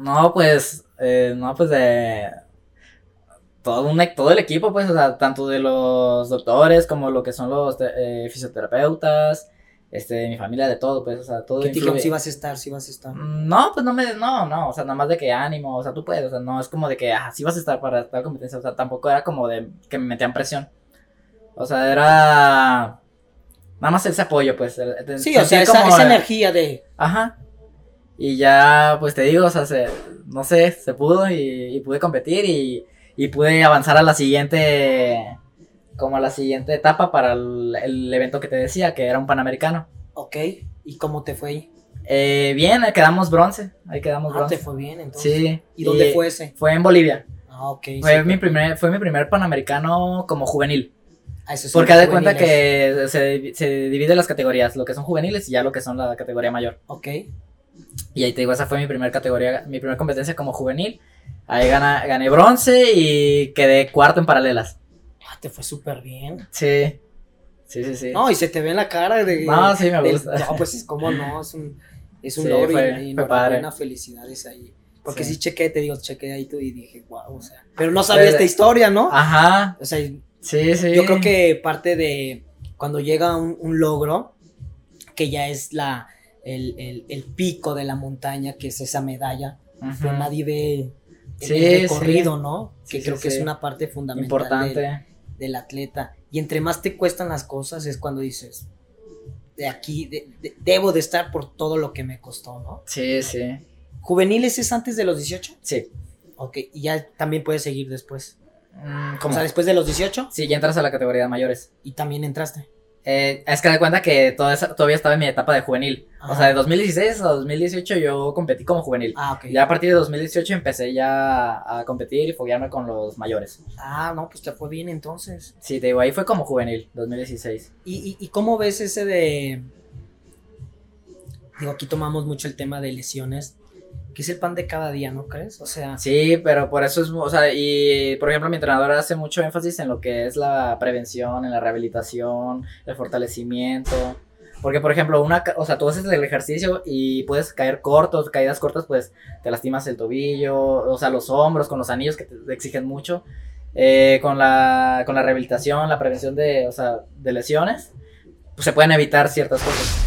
[SPEAKER 1] No, pues, eh, no, pues de todo, un, todo el equipo, pues, o sea, tanto de los doctores como lo que son los te- eh, fisioterapeutas, este, de mi familia, de todo, pues, o sea, todo
[SPEAKER 3] Que te dijeron
[SPEAKER 1] influye.
[SPEAKER 3] si vas a estar, si vas a estar.
[SPEAKER 1] No, pues no me, no, no, o sea, nada más de que ánimo, o sea, tú puedes, o sea, no es como de que, ah, sí vas a estar para tal competencia, o sea, tampoco era como de que me metían presión. O sea, era nada más ese apoyo, pues. el- el-
[SPEAKER 3] Sí, o sea,
[SPEAKER 1] sentía
[SPEAKER 3] esa,
[SPEAKER 1] como-
[SPEAKER 3] esa energía de.
[SPEAKER 1] Ajá. Y ya, pues te digo, o sea, se- no sé, se pudo y, y pude competir y, y pude avanzar a la siguiente, como a la siguiente etapa para el, el evento que te decía, que era un panamericano.
[SPEAKER 3] Ok, ¿y cómo te fue ahí?
[SPEAKER 1] Eh, bien, ahí quedamos bronce, ahí quedamos
[SPEAKER 3] Ah, te
[SPEAKER 1] bronce.
[SPEAKER 3] fue bien, entonces.
[SPEAKER 1] Sí.
[SPEAKER 3] ¿Y dónde fue ese?
[SPEAKER 1] Fue en Bolivia.
[SPEAKER 3] Ah, ok. sí.
[SPEAKER 1] Fue mi primer, fue mi primer panamericano como juvenil.
[SPEAKER 3] Ah, esos son
[SPEAKER 1] Porque haz de cuenta
[SPEAKER 3] juveniles.
[SPEAKER 1] que se, se divide las categorías, lo que son juveniles y ya lo que son la categoría mayor.
[SPEAKER 3] Ok,
[SPEAKER 1] Y ahí te digo, esa fue mi primera categoría, mi primera competencia como juvenil. Ahí gana- gané bronce y quedé cuarto en paralelas.
[SPEAKER 3] ah, te fue súper bien.
[SPEAKER 1] Sí. Sí, sí, sí.
[SPEAKER 3] No, y se te ve en la cara de.
[SPEAKER 1] No, sí, me
[SPEAKER 3] del-
[SPEAKER 1] gusta.
[SPEAKER 3] no, pues es como no, es un, es un
[SPEAKER 1] Sí,
[SPEAKER 3] logro y-
[SPEAKER 1] fue-
[SPEAKER 3] y
[SPEAKER 1] fue
[SPEAKER 3] enhorabuena,
[SPEAKER 1] padre.
[SPEAKER 3] felicidades ahí. Porque sí.
[SPEAKER 1] Sí.
[SPEAKER 3] chequé, te digo, chequé ahí tú y dije, wow, o sea. Pero no sabía esta
[SPEAKER 1] de-
[SPEAKER 3] historia, ¿no?
[SPEAKER 1] Ajá.
[SPEAKER 3] O sea,
[SPEAKER 1] Sí, sí.
[SPEAKER 3] yo creo que parte de cuando llega un, un logro, que ya es la, el, el- el pico de la montaña, que es esa medalla,
[SPEAKER 1] Ujú.
[SPEAKER 3] pero nadie ve el
[SPEAKER 1] Sí,
[SPEAKER 3] recorrido, ¿no? que
[SPEAKER 1] Sí, sí,
[SPEAKER 3] creo que
[SPEAKER 1] sí.
[SPEAKER 3] es una parte fundamental
[SPEAKER 1] Importante.
[SPEAKER 3] del- del atleta. Y entre más te cuestan las cosas es cuando dices, de aquí, de- de- debo de estar por todo lo que me costó, ¿no?
[SPEAKER 1] Sí, sí.
[SPEAKER 3] ¿Juveniles es antes de los 18?
[SPEAKER 1] Sí.
[SPEAKER 3] Ok, y ya también puedes seguir después.
[SPEAKER 1] Mm,
[SPEAKER 3] O
[SPEAKER 1] ¿Cómo?
[SPEAKER 3] sea, después de los 18
[SPEAKER 1] Sí, ya entras a la categoría de mayores.
[SPEAKER 3] y también entraste.
[SPEAKER 1] Eh, es que de cuenta que toda esa- todavía estaba en mi etapa de juvenil.
[SPEAKER 3] Ajá.
[SPEAKER 1] O sea, de 2016 a 2018 yo competí como juvenil.
[SPEAKER 3] Ah, ok.
[SPEAKER 1] Ya a partir de 2018 empecé ya a competir y foguearme con los mayores.
[SPEAKER 3] Ah, no, pues te fue bien entonces.
[SPEAKER 1] Sí, te digo, ahí fue como juvenil, 2016.
[SPEAKER 3] ¿Y, y, y cómo ves ese de... Digo, aquí tomamos mucho el tema de lesiones, que es el pan de cada día, ¿no crees? O sea,
[SPEAKER 1] Sí, pero por eso es, mu- o sea, y por ejemplo mi entrenador hace mucho énfasis en lo que es la prevención, en la rehabilitación, el fortalecimiento, porque por ejemplo una, ca- o sea, tú haces el ejercicio y puedes caer cortos, caídas cortas, pues te lastimas el tobillo, o sea, los hombros con los anillos que te exigen mucho, eh, con la, con la rehabilitación, la prevención de, o sea, de lesiones, pues se pueden evitar ciertas cosas.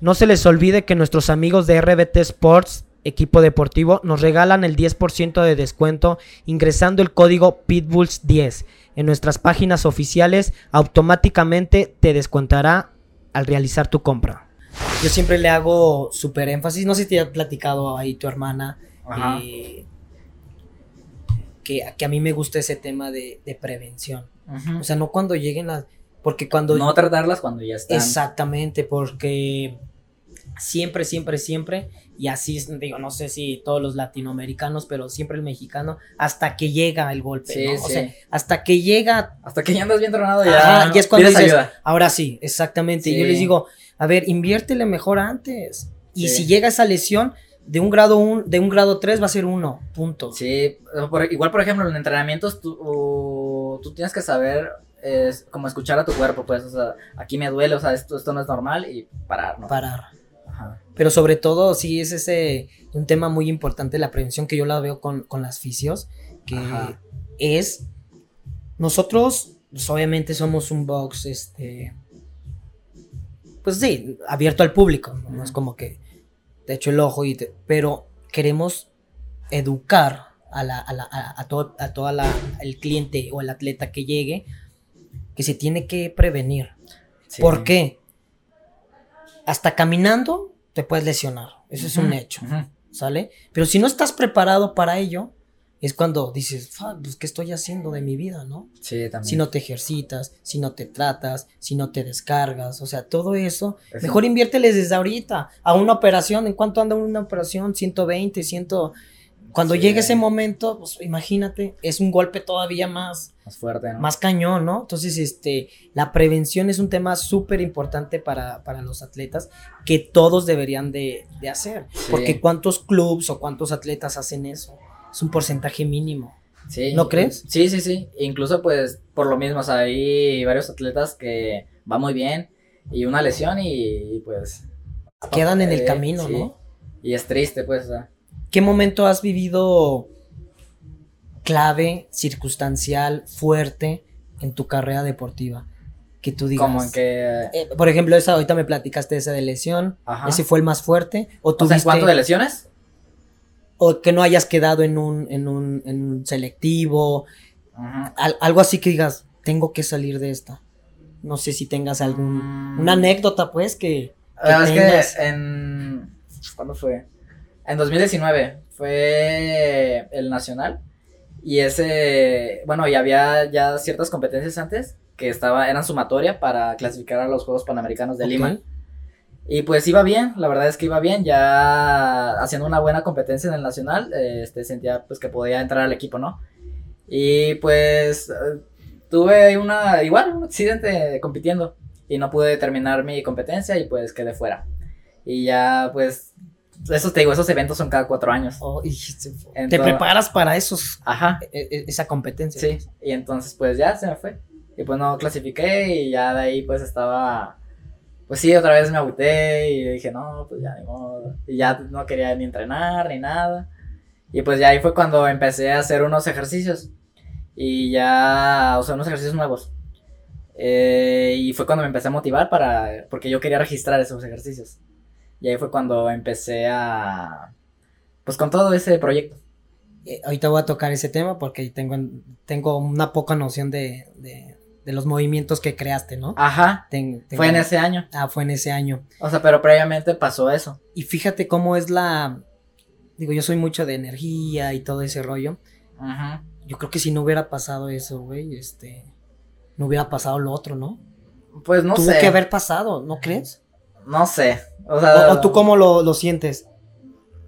[SPEAKER 4] No se les olvide que nuestros amigos de RBT Sports, equipo deportivo, nos regalan el 10% de descuento ingresando el código PITBULLS10. En nuestras páginas oficiales automáticamente te descontará al realizar tu compra.
[SPEAKER 3] yo siempre le hago súper énfasis, no sé si te ha platicado ahí tu hermana, eh, que, que a mí me gusta ese tema de, de prevención.
[SPEAKER 1] Ujú.
[SPEAKER 3] O sea, no cuando lleguen las... Porque cuando...
[SPEAKER 1] no tratarlas cuando ya están.
[SPEAKER 3] exactamente, porque siempre, siempre, siempre, y así, es, digo, no sé si todos los latinoamericanos, pero siempre el mexicano, hasta que llega el golpe,
[SPEAKER 1] Sí,
[SPEAKER 3] ¿no? O
[SPEAKER 1] sí.
[SPEAKER 3] sea, hasta que llega
[SPEAKER 1] Hasta que ya andas bien tronado ya.
[SPEAKER 3] Ajá, y es cuando
[SPEAKER 1] pides
[SPEAKER 3] dices,
[SPEAKER 1] ayuda.
[SPEAKER 3] ahora sí, exactamente. Y yo
[SPEAKER 1] Sí.
[SPEAKER 3] les digo, a ver, inviértele mejor antes. Y
[SPEAKER 1] Sí.
[SPEAKER 3] si llega esa lesión, de un grado un, de un grado 3 va a ser uno, punto.
[SPEAKER 1] Sí, por- igual por ejemplo en entrenamientos tú, o- tú tienes que saber es, como escuchar a tu cuerpo, pues, o sea, aquí me duele, o sea, esto, esto no es normal y parar, ¿no?
[SPEAKER 3] Parar.
[SPEAKER 1] Ajá.
[SPEAKER 3] Pero sobre todo, sí, es ese un tema muy importante, la prevención que yo la veo con, con las fisios, que
[SPEAKER 1] Ajá.
[SPEAKER 3] es, nosotros, pues, obviamente somos un box, este, pues sí, abierto al público, ¿no? no es
[SPEAKER 1] Ujú.
[SPEAKER 3] como que te echo el ojo, y te- pero queremos educar a, la, a, la- a, a todo, a toda la, el cliente o el atleta que llegue, que se tiene que prevenir.
[SPEAKER 1] Sí.
[SPEAKER 3] ¿Por qué? Hasta caminando te puedes lesionar. Eso es un
[SPEAKER 1] Ujú,
[SPEAKER 3] hecho,
[SPEAKER 1] ujú.
[SPEAKER 3] ¿sale? Pero si no estás preparado para ello, es cuando dices, "Fa, pues, ¿qué estoy haciendo de mi vida, no?
[SPEAKER 1] Sí, también.
[SPEAKER 3] Si no te ejercitas, si no te tratas, si no te descargas, o sea, todo eso.
[SPEAKER 1] Eso.
[SPEAKER 3] Mejor inviérteles desde ahorita a una operación. ¿En cuánto anda una operación? 120, 100. Cuando
[SPEAKER 1] Sí.
[SPEAKER 3] llegue ese momento, pues imagínate, es un golpe todavía más
[SPEAKER 1] Más fuerte, ¿no?
[SPEAKER 3] más cañón, ¿no? Entonces, este, la prevención es un tema súper importante para, para los atletas que todos deberían de, de hacer.
[SPEAKER 1] Sí.
[SPEAKER 3] Porque cuántos clubs o cuántos atletas hacen eso. Es un porcentaje mínimo.
[SPEAKER 1] Sí.
[SPEAKER 3] ¿No crees?
[SPEAKER 1] Sí, sí, sí. Incluso, pues, por lo mismo, o sea, hay varios atletas que va muy bien. Y una lesión y, y pues.
[SPEAKER 3] Quedan en el
[SPEAKER 1] eh,
[SPEAKER 3] camino,
[SPEAKER 1] sí.
[SPEAKER 3] ¿no?
[SPEAKER 1] Y es triste, pues. o sea,
[SPEAKER 3] ¿Qué momento has vivido clave, circunstancial, fuerte en tu carrera deportiva? Que tú digas.
[SPEAKER 1] como en que.
[SPEAKER 3] Eh, por ejemplo, esa ahorita me platicaste esa de lesión.
[SPEAKER 1] Ajá.
[SPEAKER 3] ¿Ese fue el más fuerte? ¿O
[SPEAKER 1] O sea,
[SPEAKER 3] tuviste
[SPEAKER 1] ¿en cuanto de lesiones?
[SPEAKER 3] o que no hayas quedado en un, en un, en un selectivo?
[SPEAKER 1] Ajá.
[SPEAKER 3] al- algo así que digas, tengo que salir de esta. No sé si tengas algún
[SPEAKER 1] Mm.
[SPEAKER 3] una anécdota, pues, que
[SPEAKER 1] La verdad Ah, es
[SPEAKER 3] tengas.
[SPEAKER 1] que en. ¿Cuándo fue? En 2019 fue el Nacional. Y ese. Bueno, ya había ya ciertas competencias antes que estaba, eran sumatoria para clasificar a los Juegos Panamericanos de
[SPEAKER 3] Ok.
[SPEAKER 1] Lima. Y pues iba bien, la verdad es que iba bien, ya haciendo una buena competencia en el Nacional, eh, este, sentía pues que podía entrar al equipo, ¿no? Y pues eh, tuve una, igual, un accidente compitiendo y no pude terminar mi competencia y pues quedé fuera. Y ya pues, esos te digo, esos eventos son cada cuatro años.
[SPEAKER 3] Oh, y se- te
[SPEAKER 1] Entonces-
[SPEAKER 3] preparas para esos,
[SPEAKER 1] Ajá,
[SPEAKER 3] e- e- esa competencia.
[SPEAKER 1] sí. Y entonces pues ya se me fue. Y pues no clasifiqué y ya de ahí pues estaba... Pues sí, otra vez me agüité y dije, no, pues ya ni modo. Y ya no quería ni entrenar ni nada. Y pues ya ahí fue cuando empecé a hacer unos ejercicios. Y ya, o sea, unos ejercicios nuevos. Eh, y fue cuando me empecé a motivar para, porque yo quería registrar esos ejercicios. Y ahí fue cuando empecé a, pues con todo ese proyecto.
[SPEAKER 3] Eh, ahorita voy a tocar ese tema porque tengo, tengo una poca noción de, de- de los movimientos que creaste, ¿no?
[SPEAKER 1] Ajá,
[SPEAKER 3] Ten- tengo-
[SPEAKER 1] fue en ese año.
[SPEAKER 3] Ah, fue en ese año.
[SPEAKER 1] O sea, pero previamente pasó eso.
[SPEAKER 3] Y fíjate cómo es la... Digo, yo soy mucho de energía y todo ese rollo.
[SPEAKER 1] Ajá.
[SPEAKER 3] Yo creo que si no hubiera pasado eso, güey, este... No hubiera pasado lo otro, ¿no?
[SPEAKER 1] Pues no
[SPEAKER 3] Tuvo
[SPEAKER 1] sé.
[SPEAKER 3] que haber pasado, ¿no crees?
[SPEAKER 1] No sé. O
[SPEAKER 3] O,
[SPEAKER 1] sea,
[SPEAKER 3] o tú cómo lo, lo sientes.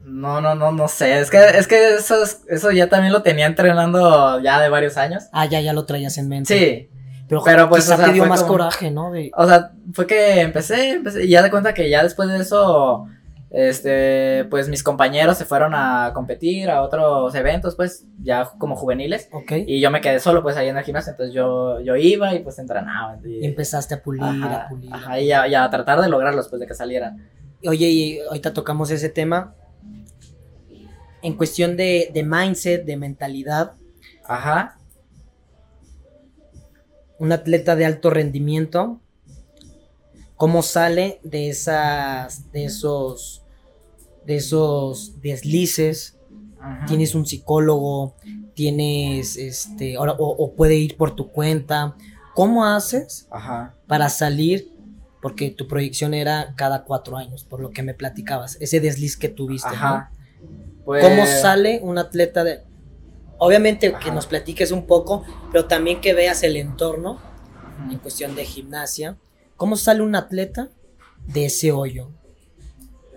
[SPEAKER 1] no, no, no, no sé. Es que, es que eso, es- eso ya también lo tenía entrenando ya de varios años.
[SPEAKER 3] Ah, ya, ya lo traías en mente.
[SPEAKER 1] Sí.
[SPEAKER 3] pero,
[SPEAKER 1] pero pues,
[SPEAKER 3] quizá
[SPEAKER 1] o sea,
[SPEAKER 3] te dio
[SPEAKER 1] fue
[SPEAKER 3] más
[SPEAKER 1] como-
[SPEAKER 3] coraje, ¿no? De-
[SPEAKER 1] O sea, fue que empecé, empecé, y ya de cuenta que ya después de eso, este, pues mis compañeros se fueron a competir a otros eventos, pues, ya ju- como juveniles.
[SPEAKER 3] ok. Y,
[SPEAKER 1] Y yo me quedé solo, pues, ahí en el gimnasio. Entonces yo, yo iba y pues entrenaba. Y,
[SPEAKER 3] empezaste a pulir,
[SPEAKER 1] Ajá,
[SPEAKER 3] a pulir.
[SPEAKER 1] ajá, y a, y a tratar de lograrlos, pues, de que salieran.
[SPEAKER 3] Oye, y ahorita tocamos ese tema. En cuestión de, de mindset, de mentalidad,
[SPEAKER 1] Ajá.
[SPEAKER 3] un atleta de alto rendimiento, ¿cómo sale de esas, de esos, de esos deslices?
[SPEAKER 1] ajá.
[SPEAKER 3] tienes un psicólogo, tienes este, ahora- o, o puede ir por tu cuenta. ¿Cómo haces
[SPEAKER 1] Ajá.
[SPEAKER 3] para salir? Porque tu proyección era cada cuatro años, por lo que me platicabas, ese desliz que tuviste.
[SPEAKER 1] Ajá.
[SPEAKER 3] ¿no?
[SPEAKER 1] Pues,
[SPEAKER 3] ¿Cómo sale un atleta de... Obviamente que
[SPEAKER 1] Ajá.
[SPEAKER 3] nos platiques un poco, pero también que veas el entorno en
[SPEAKER 1] ujú.
[SPEAKER 3] cuestión de gimnasia. ¿Cómo sale un atleta de ese hoyo?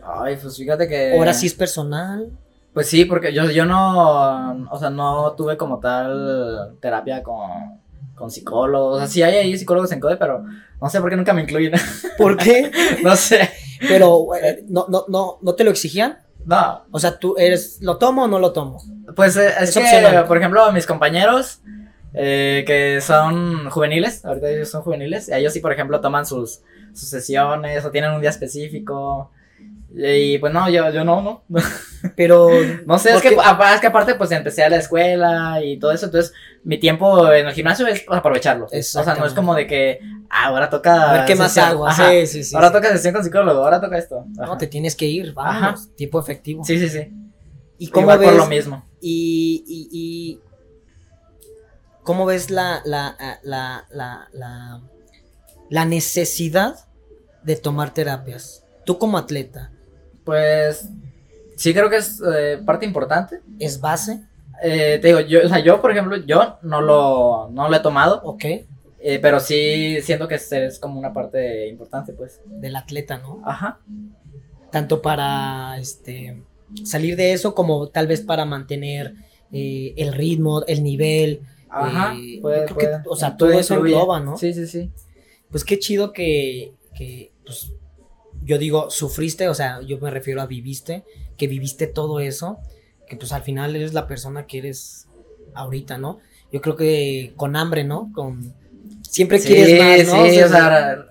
[SPEAKER 1] Ay, pues fíjate que.
[SPEAKER 3] Ahora sí es personal.
[SPEAKER 1] Pues sí, porque yo, yo no. O sea, no tuve como tal terapia con, con psicólogos. O sea, sí hay ahí psicólogos en CODE, pero no sé por qué nunca me incluyen.
[SPEAKER 3] ¿Por qué?
[SPEAKER 1] no sé.
[SPEAKER 3] pero eh, no, no, no, ¿no te lo exigían?
[SPEAKER 1] No.
[SPEAKER 3] O sea, tú eres, ¿lo tomo o no lo tomo?
[SPEAKER 1] Pues eh, es,
[SPEAKER 3] Es
[SPEAKER 1] que,
[SPEAKER 3] opcional.
[SPEAKER 1] por ejemplo, mis compañeros. eh, que son juveniles, ahorita ellos son juveniles, ellos sí, por ejemplo, toman sus, sus sesiones o tienen un día específico. Y pues no, yo, yo no, no,
[SPEAKER 3] Pero,
[SPEAKER 1] No sé, es
[SPEAKER 3] Porque-
[SPEAKER 1] que, apa- es que aparte pues empecé a la escuela y todo eso, entonces mi tiempo en el gimnasio es aprovecharlo. O sea, no es
[SPEAKER 3] Exactamente.
[SPEAKER 1] como de que ah, ahora toca...
[SPEAKER 3] a ver qué más
[SPEAKER 1] sesión.
[SPEAKER 3] hago.
[SPEAKER 1] Ajá.
[SPEAKER 3] Sí, sí, sí.
[SPEAKER 1] ahora
[SPEAKER 3] sí.
[SPEAKER 1] toca sesión con psicólogo, ahora toca esto.
[SPEAKER 3] No,
[SPEAKER 1] Ajá.
[SPEAKER 3] te tienes que ir, vamos, tiempo efectivo.
[SPEAKER 1] Sí, sí, sí.
[SPEAKER 3] ¿Y cómo
[SPEAKER 1] Igual
[SPEAKER 3] ves?
[SPEAKER 1] por lo mismo.
[SPEAKER 3] Y, y, y- ¿Cómo ves la, la, a- la, la, la, la necesidad de tomar terapias? Tú como atleta,
[SPEAKER 1] Pues sí creo que es eh, parte importante.
[SPEAKER 3] ¿es base?
[SPEAKER 1] Eh, te digo, yo, o sea, yo por ejemplo, yo no lo, no lo he tomado,
[SPEAKER 3] ¿Ok?
[SPEAKER 1] eh, pero sí siento que es, es como una parte importante, pues.
[SPEAKER 3] Del atleta, ¿no?
[SPEAKER 1] Ajá.
[SPEAKER 3] Tanto para este, salir de eso como tal vez para mantener eh, el ritmo, el nivel,
[SPEAKER 1] Ajá.
[SPEAKER 3] Eh,
[SPEAKER 1] puede-
[SPEAKER 3] yo creo que,
[SPEAKER 1] puede-
[SPEAKER 3] o sea,
[SPEAKER 1] puede
[SPEAKER 3] todo eso
[SPEAKER 1] influir.
[SPEAKER 3] engloba, ¿no?
[SPEAKER 1] Sí, sí, sí.
[SPEAKER 3] Pues qué chido que, que, pues, yo digo, sufriste, o sea, yo me refiero a viviste, que viviste todo eso, que pues al final eres la persona que eres ahorita, ¿no? Yo creo que con hambre, ¿no? Con siempre quieres más, ¿no?
[SPEAKER 1] Sí,
[SPEAKER 3] O sea,
[SPEAKER 1] o sea,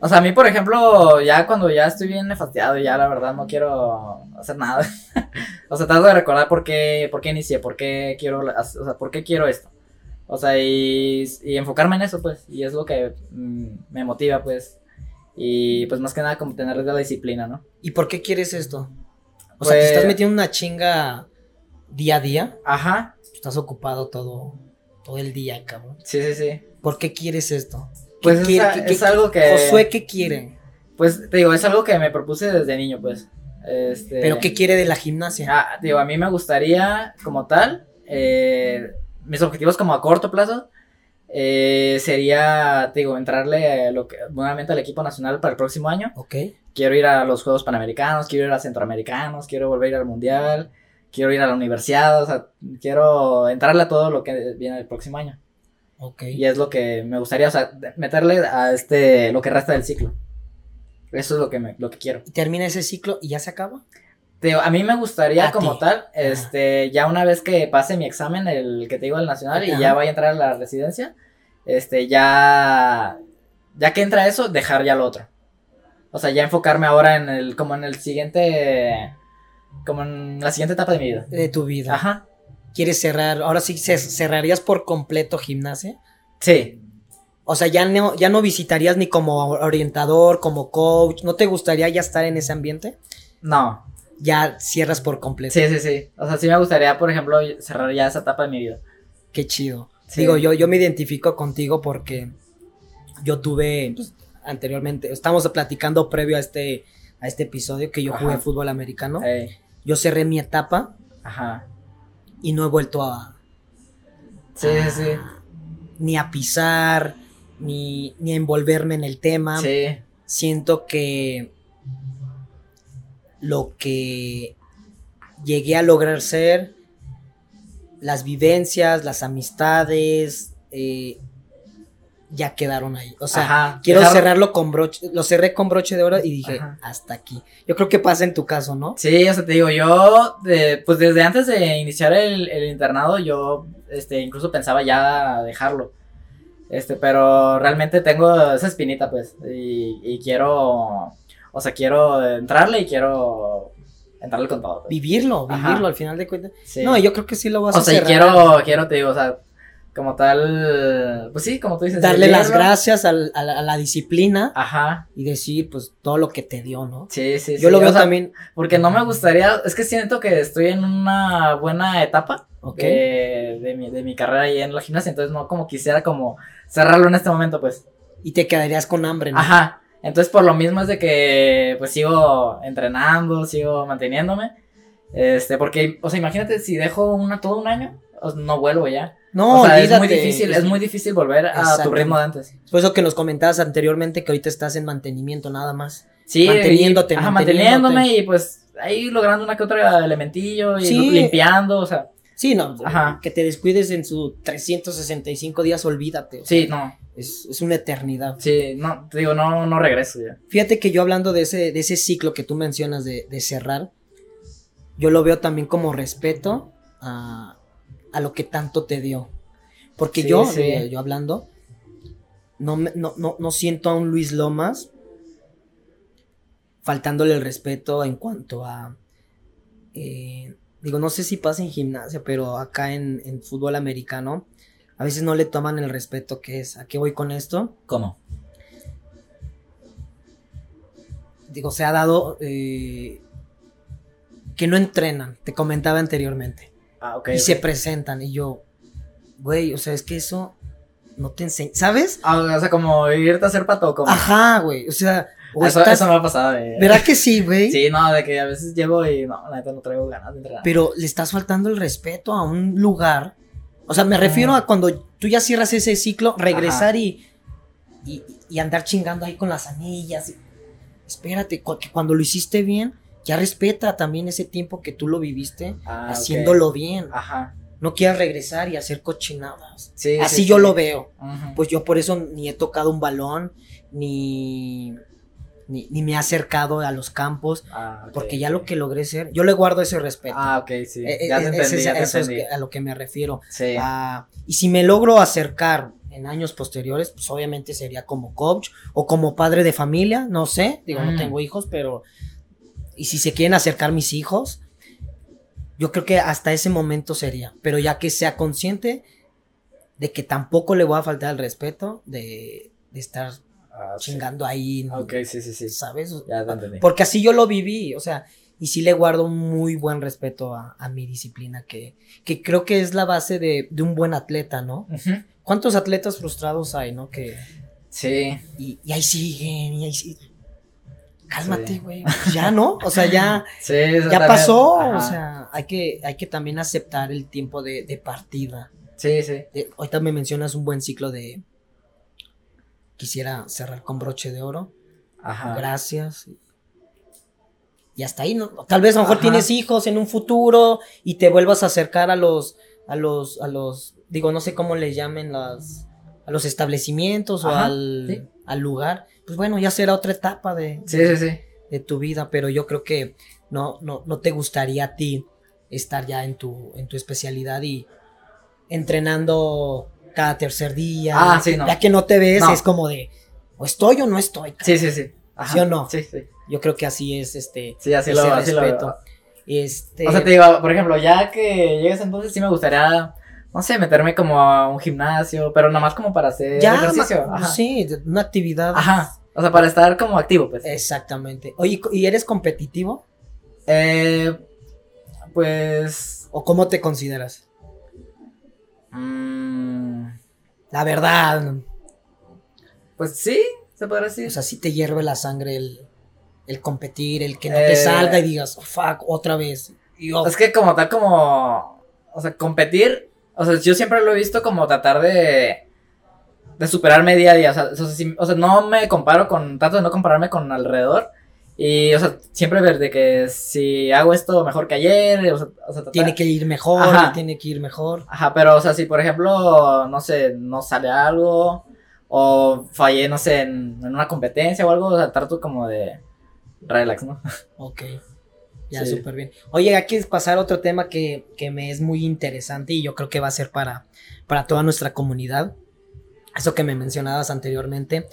[SPEAKER 1] O sea, a mí, por ejemplo, ya cuando ya estoy bien nefasteado, ya la verdad no quiero hacer nada. o sea, trato de recordar por qué, por qué inicié, por qué quiero, la- o sea, por qué quiero esto. O sea, y, y enfocarme en eso, pues, y es lo que mm, me motiva, pues. Y pues más que nada como tener la disciplina, ¿no?
[SPEAKER 3] ¿Y por qué quieres esto? O sea, te
[SPEAKER 1] Pues-
[SPEAKER 3] estás metiendo una chinga día a día.
[SPEAKER 1] Ajá.
[SPEAKER 3] Estás ocupado todo, todo el día, cabrón.
[SPEAKER 1] Sí, sí, sí.
[SPEAKER 3] ¿Por qué quieres esto? ¿Qué
[SPEAKER 1] Pues es
[SPEAKER 3] quiere-
[SPEAKER 1] a-
[SPEAKER 3] qué- qué-
[SPEAKER 1] es algo que-
[SPEAKER 3] Josué, ¿qué quiere?
[SPEAKER 1] Pues te digo, es algo que me propuse desde niño, pues. Este,
[SPEAKER 3] ¿Pero qué quiere de la gimnasia?
[SPEAKER 1] Ah, digo, a mí me gustaría, como tal, eh, mis objetivos como a corto plazo eh, sería, te digo, entrarle eh, lo que- nuevamente al equipo nacional para el próximo año.
[SPEAKER 3] ¿Ok?
[SPEAKER 1] Quiero ir a los Juegos Panamericanos, quiero ir a Centroamericanos, quiero volver a ir al Mundial, quiero ir a la universidad, o sea, quiero entrarle a todo lo que viene el próximo año.
[SPEAKER 3] Ok.
[SPEAKER 1] Y es lo que me gustaría, o sea, de- meterle a este, lo que resta del ciclo. Eso es lo que, me, lo que quiero.
[SPEAKER 3] ¿Y termina ese ciclo y ya se acaba?
[SPEAKER 1] Te digo, a mí me gustaría
[SPEAKER 3] A
[SPEAKER 1] como
[SPEAKER 3] ti.
[SPEAKER 1] tal, este, ya una vez que pase mi examen, el que te digo, el nacional, y
[SPEAKER 3] Ajá.
[SPEAKER 1] ya vaya a entrar a la residencia, este, ya, ya que entra eso, dejar ya lo otro. O sea, ya enfocarme ahora en el, como en el siguiente, como en la siguiente etapa de mi vida.
[SPEAKER 3] eh, De tu vida.
[SPEAKER 1] Ajá,
[SPEAKER 3] ¿Quieres cerrar? Ahora sí, ce- ¿cerrarías por completo gimnasia?
[SPEAKER 1] sí,
[SPEAKER 3] O sea, ya no, ya no visitarías ni como orientador, como coach. ¿No te gustaría ya estar en ese ambiente?
[SPEAKER 1] no,
[SPEAKER 3] Ya cierras por completo.
[SPEAKER 1] sí, sí, sí. O sea, sí me gustaría, por ejemplo, cerrar ya esa etapa de mi vida.
[SPEAKER 3] Qué chido.
[SPEAKER 1] Sí.
[SPEAKER 3] Digo, yo, yo me identifico contigo porque yo tuve pues, anteriormente, estamos platicando previo a este, a este episodio que yo jugué
[SPEAKER 1] Ajá.
[SPEAKER 3] fútbol americano.
[SPEAKER 1] Ey,
[SPEAKER 3] Yo cerré mi etapa
[SPEAKER 1] ajá,
[SPEAKER 3] y no he vuelto a
[SPEAKER 1] sí, sí, sí,
[SPEAKER 3] ni a pisar, ni, ni a envolverme en el tema.
[SPEAKER 1] sí,
[SPEAKER 3] Siento que lo que llegué a lograr ser, las vivencias, las amistades, eh, ya quedaron ahí. O sea,
[SPEAKER 1] ajá.
[SPEAKER 3] Quiero
[SPEAKER 1] Dejar-
[SPEAKER 3] cerrarlo con broche, lo cerré con broche de oro y dije,
[SPEAKER 1] Ajá.
[SPEAKER 3] hasta aquí. Yo creo que pasa en tu caso, ¿no?
[SPEAKER 1] Sí, o sea, te digo, yo, de- pues desde antes de iniciar el, el internado, yo, este, incluso pensaba ya dejarlo. Este, pero realmente tengo esa espinita, pues, y, y quiero, o sea, quiero entrarle y quiero entrarle con todo. pues.
[SPEAKER 3] Vivirlo,
[SPEAKER 1] Ajá.
[SPEAKER 3] vivirlo al final de cuentas.
[SPEAKER 1] Sí.
[SPEAKER 3] No, yo creo que sí lo vas
[SPEAKER 1] o
[SPEAKER 3] a
[SPEAKER 1] sea, y
[SPEAKER 3] cerrar.
[SPEAKER 1] quiero, quiero, te digo, o sea, como tal, pues sí, como tú dices.
[SPEAKER 3] Darle las
[SPEAKER 1] vivirlo.
[SPEAKER 3] gracias al- a, la, a la disciplina
[SPEAKER 1] Ajá,
[SPEAKER 3] y decir, pues, todo lo que te dio, ¿no?
[SPEAKER 1] sí, sí,
[SPEAKER 3] Yo
[SPEAKER 1] sí,
[SPEAKER 3] lo
[SPEAKER 1] o
[SPEAKER 3] veo
[SPEAKER 1] sea,
[SPEAKER 3] también,
[SPEAKER 1] Porque no me gustaría, es que siento que estoy en una buena etapa.
[SPEAKER 3] ok,
[SPEAKER 1] eh, de, de mi, de mi carrera ahí en la gimnasia, entonces no como quisiera como cerrarlo en este momento, pues.
[SPEAKER 3] y te quedarías con hambre, ¿no?
[SPEAKER 1] Ajá. Entonces por lo mismo es de que pues sigo entrenando, sigo manteniéndome. Este, porque, o sea, imagínate si dejo una todo un año, o sea, no vuelvo ya.
[SPEAKER 3] No,
[SPEAKER 1] o sea, es muy
[SPEAKER 3] olvídate.
[SPEAKER 1] difícil, es muy difícil volver a tu
[SPEAKER 3] Exactamente.
[SPEAKER 1] ritmo de antes.
[SPEAKER 3] Por eso que nos comentabas anteriormente que ahorita estás en mantenimiento nada más.
[SPEAKER 1] Sí,
[SPEAKER 3] Manteniéndote,
[SPEAKER 1] y- ajá,
[SPEAKER 3] manteniéndote.
[SPEAKER 1] manteniéndome y pues ahí logrando una que otra elementillo y
[SPEAKER 3] Sí.
[SPEAKER 1] limpiando, o sea,
[SPEAKER 3] Sí, no,
[SPEAKER 1] Ajá.
[SPEAKER 3] que te descuides en sus 365 días, olvídate. o sea,
[SPEAKER 1] sí, no,
[SPEAKER 3] es- es una eternidad.
[SPEAKER 1] sí, no, te digo, no, no regreso ya.
[SPEAKER 3] Fíjate que yo hablando de ese, de ese ciclo que tú mencionas de, de cerrar, yo lo veo también como respeto a, a lo que tanto te dio. Porque
[SPEAKER 1] Sí,
[SPEAKER 3] yo,
[SPEAKER 1] sí.
[SPEAKER 3] eh, yo hablando, no, me- no, no, no siento a un Luis Lomas faltándole el respeto en cuanto a... eh, digo, no sé si pasa en gimnasia, pero acá en, en fútbol americano, a veces no le toman el respeto que es. ¿A qué voy con esto?
[SPEAKER 1] ¿Cómo?
[SPEAKER 3] digo, se ha dado eh, que no entrenan, te comentaba anteriormente,
[SPEAKER 1] Ah, ok.
[SPEAKER 3] y
[SPEAKER 1] ok.
[SPEAKER 3] se presentan, y yo, güey, o sea, es que eso no te enseña, ¿sabes?
[SPEAKER 1] Ah, o sea, como irte a hacer pato, como. pues,
[SPEAKER 3] Ajá, güey, o sea, o
[SPEAKER 1] eso,
[SPEAKER 3] estás-
[SPEAKER 1] eso me ha pasado, eh.
[SPEAKER 3] ¿verdad que sí, güey?
[SPEAKER 1] Sí, no, de que a veces llevo y no, la neta no traigo ganas de entrenar.
[SPEAKER 3] Pero le estás faltando el respeto a un lugar, o sea, me refiero a cuando tú ya cierras ese ciclo, regresar y, y, y andar chingando ahí con las anillas, y- espérate, cu- que cuando lo hiciste bien, ya respeta también ese tiempo que tú lo viviste.
[SPEAKER 1] Ah, ok.
[SPEAKER 3] haciéndolo bien.
[SPEAKER 1] Ajá.
[SPEAKER 3] No quieras regresar y hacer cochinadas.
[SPEAKER 1] Sí.
[SPEAKER 3] Así
[SPEAKER 1] sí,
[SPEAKER 3] yo
[SPEAKER 1] sí.
[SPEAKER 3] lo veo.
[SPEAKER 1] Ujú.
[SPEAKER 3] Pues yo por eso ni he tocado un balón, ni, ni, ni me he acercado a los campos,
[SPEAKER 1] Ah, ok,
[SPEAKER 3] porque ya
[SPEAKER 1] ok.
[SPEAKER 3] lo que logré ser, yo le guardo ese respeto.
[SPEAKER 1] Ah, ok, sí.
[SPEAKER 3] Eh, eh,
[SPEAKER 1] ya te
[SPEAKER 3] es-
[SPEAKER 1] entendí,
[SPEAKER 3] es-
[SPEAKER 1] ya te
[SPEAKER 3] eso es
[SPEAKER 1] entendí.
[SPEAKER 3] que- a lo que me refiero.
[SPEAKER 1] Sí.
[SPEAKER 3] Ah, y si me logro acercar en años posteriores, pues obviamente sería como coach o como padre de familia, no sé, digo, no
[SPEAKER 1] Mm.
[SPEAKER 3] tengo hijos, pero y si se quieren acercar mis hijos, yo creo que hasta ese momento sería, pero ya que sea consciente de que tampoco le voy a faltar el respeto de, de estar
[SPEAKER 1] Ah, sí.
[SPEAKER 3] chingando ahí, ¿no?
[SPEAKER 1] Ok, sí, sí, sí.
[SPEAKER 3] ¿sabes?
[SPEAKER 1] Ya te entendí.
[SPEAKER 3] Porque así yo lo viví, o sea, y sí le guardo muy buen respeto a, a mi disciplina, que, que creo que es la base de, de un buen atleta, ¿no?
[SPEAKER 1] Ujú.
[SPEAKER 3] ¿Cuántos atletas frustrados hay, no? Que,
[SPEAKER 1] Sí,
[SPEAKER 3] y, y ahí siguen, y ahí siguen. Cálmate,
[SPEAKER 1] Sí.
[SPEAKER 3] güey. pues Ya, ¿no? O sea, ya,
[SPEAKER 1] sí. eso
[SPEAKER 3] ya
[SPEAKER 1] también-
[SPEAKER 3] pasó.
[SPEAKER 1] Ajá.
[SPEAKER 3] O sea, hay que, hay que también aceptar el tiempo de, de partida.
[SPEAKER 1] Sí, sí.
[SPEAKER 3] De- ahorita me mencionas un buen ciclo de. Quisiera cerrar con broche de oro.
[SPEAKER 1] Ajá.
[SPEAKER 3] gracias. Y hasta ahí, ¿no? Tal vez a lo mejor
[SPEAKER 1] Ajá.
[SPEAKER 3] tienes hijos en un futuro y te vuelvas a acercar a los, a los, a los, digo, no sé cómo le llamen las, a los establecimientos o
[SPEAKER 1] Ajá,
[SPEAKER 3] al,
[SPEAKER 1] sí.
[SPEAKER 3] al lugar. Pues bueno, ya será otra etapa de,
[SPEAKER 1] Sí, sí, sí.
[SPEAKER 3] de tu vida, pero yo creo que no, no, no te gustaría a ti estar ya en tu, en tu especialidad y entrenando cada tercer día.
[SPEAKER 1] Ah, sí, no.
[SPEAKER 3] Ya que no te ves,
[SPEAKER 1] No.
[SPEAKER 3] es como de, o estoy o no estoy.
[SPEAKER 1] Sí, sí, sí.
[SPEAKER 3] ¿Sí o no?
[SPEAKER 1] Sí, sí.
[SPEAKER 3] Yo creo que así es, este,
[SPEAKER 1] Sí, así
[SPEAKER 3] ese
[SPEAKER 1] lo, así lo
[SPEAKER 3] respeto. este,
[SPEAKER 1] O sea, te digo, por ejemplo, ya que llegues entonces sí me gustaría, no sé, meterme como a un gimnasio, pero nomás como para hacer
[SPEAKER 3] ya,
[SPEAKER 1] ejercicio.
[SPEAKER 3] ma-
[SPEAKER 1] Ajá.
[SPEAKER 3] sí, de- una actividad.
[SPEAKER 1] Ajá. O sea, para estar como activo, pues.
[SPEAKER 3] Eh. Exactamente. Oye, ¿y- ¿y eres competitivo
[SPEAKER 1] Eh, pues...
[SPEAKER 3] o cómo te consideras?
[SPEAKER 1] mm,
[SPEAKER 3] La verdad,
[SPEAKER 1] pues sí, se podrá decir.
[SPEAKER 3] o sea, si te hierve la sangre el, el competir, el que no
[SPEAKER 1] Eh.
[SPEAKER 3] te salga y digas, "Oh, fuck, otra vez. Y, oh,
[SPEAKER 1] Es que como tal, como. O sea, competir. O sea, yo siempre lo he visto como tratar de. De superarme día a día. O sea, o sea, si- o sea, no me comparo con. Trato de no compararme con alrededor. Y, o sea, siempre ver de que si hago esto mejor que ayer. O sea, o sea, tratar-
[SPEAKER 3] tiene que ir mejor,
[SPEAKER 1] Ajá.
[SPEAKER 3] y tiene que ir mejor.
[SPEAKER 1] Ajá, pero, o sea, si por ejemplo, no sé, no sale algo. O fallé, no sé, en, en una competencia o algo. O sea, trato como de. Relax, ¿no?
[SPEAKER 3] Ok. Ya,
[SPEAKER 1] Sí.
[SPEAKER 3] súper bien. Oye, aquí es pasar a otro tema que, que me es muy interesante y yo creo que va a ser para, para toda nuestra comunidad. Eso que me mencionabas anteriormente.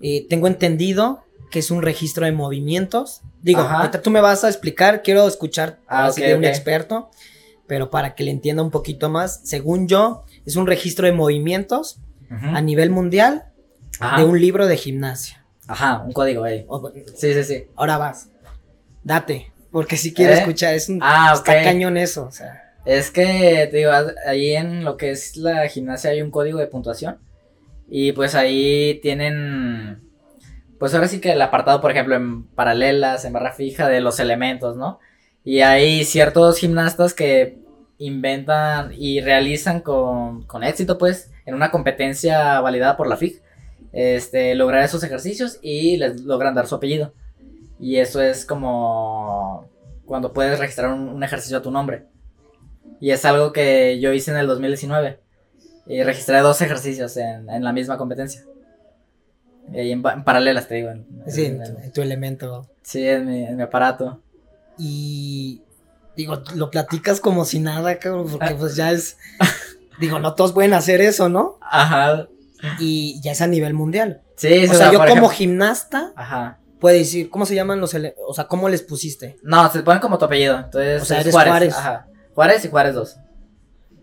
[SPEAKER 3] Eh, tengo entendido que es un registro de movimientos. Digo,
[SPEAKER 1] Ajá.
[SPEAKER 3] ahorita tú me vas a explicar, quiero escuchar
[SPEAKER 1] Ah,
[SPEAKER 3] así
[SPEAKER 1] ok,
[SPEAKER 3] de un
[SPEAKER 1] ok.
[SPEAKER 3] experto, pero para que le entienda un poquito más, según yo, es un registro de movimientos a nivel mundial
[SPEAKER 1] Ajá,
[SPEAKER 3] de un libro de gimnasia.
[SPEAKER 1] ajá, un código ahí.
[SPEAKER 3] O-
[SPEAKER 1] Sí, sí, sí.
[SPEAKER 3] ahora vas, date, porque si quiero
[SPEAKER 1] ¿Eh?
[SPEAKER 3] escuchar, es un...
[SPEAKER 1] Ah, ok.
[SPEAKER 3] Está cañón eso, o sea.
[SPEAKER 1] Es que, te digo, ahí en lo que es la gimnasia hay un código de puntuación. Y pues ahí tienen. Pues ahora sí que el apartado, por ejemplo, en paralelas, en barra fija, de los elementos, ¿no? Y hay ciertos gimnastas que inventan y realizan con, con éxito, pues, en una competencia validada por la FIG, este, lograr esos ejercicios y les logran dar su apellido. Y eso es como cuando puedes registrar un, un ejercicio a tu nombre. Y es algo que yo hice en el 2019. Y registré dos ejercicios en, en la misma competencia. Y ahí en, pa- en paralelas, te digo. en- en-
[SPEAKER 3] Sí, en
[SPEAKER 1] en-
[SPEAKER 3] tu, en tu elemento.
[SPEAKER 1] sí, en mi- en mi aparato.
[SPEAKER 3] Y digo, lo platicas como si nada, cabrón,
[SPEAKER 1] Ah.
[SPEAKER 3] porque pues ya es. Digo, no todos pueden hacer eso, ¿no?
[SPEAKER 1] Ajá.
[SPEAKER 3] Y ya es a nivel mundial.
[SPEAKER 1] Sí,
[SPEAKER 3] o sea, yo
[SPEAKER 1] por
[SPEAKER 3] como
[SPEAKER 1] ejemplo-
[SPEAKER 3] gimnasta
[SPEAKER 1] Ajá.
[SPEAKER 3] puedo decir, ¿cómo se llaman los ele- O sea, ¿cómo les pusiste?
[SPEAKER 1] No, se ponen como tu apellido. Entonces,
[SPEAKER 3] O sea,
[SPEAKER 1] es
[SPEAKER 3] eres
[SPEAKER 1] Juárez.
[SPEAKER 3] Juárez.
[SPEAKER 1] Ajá. Juárez y Juárez 2.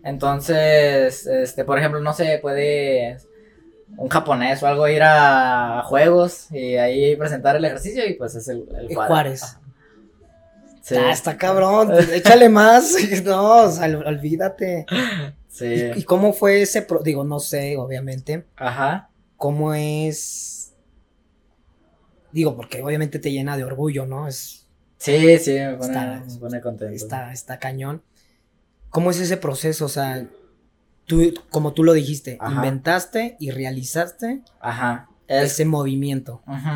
[SPEAKER 1] Entonces, este, por ejemplo, no sé, puede un japonés o algo ir a juegos y ahí presentar el ejercicio y pues es el, el
[SPEAKER 3] El
[SPEAKER 1] Juárez.
[SPEAKER 3] Juárez.
[SPEAKER 1] Ajá. ah, Sí.
[SPEAKER 3] Ah, está cabrón, échale más. No, o sea, ol- olvídate.
[SPEAKER 1] Sí.
[SPEAKER 3] ¿Y, y cómo fue ese pro- Digo, no sé, obviamente.
[SPEAKER 1] Ajá.
[SPEAKER 3] ¿Cómo es? Digo, porque obviamente te llena de orgullo, ¿no? Es
[SPEAKER 1] Sí, sí, me pone,
[SPEAKER 3] Está-
[SPEAKER 1] me pone contento.
[SPEAKER 3] está, está cañón. ¿Cómo es ese proceso? O sea, tú, como tú lo dijiste,
[SPEAKER 1] Ajá.
[SPEAKER 3] inventaste y realizaste
[SPEAKER 1] Ajá. Es
[SPEAKER 3] ese movimiento.
[SPEAKER 1] Ujú.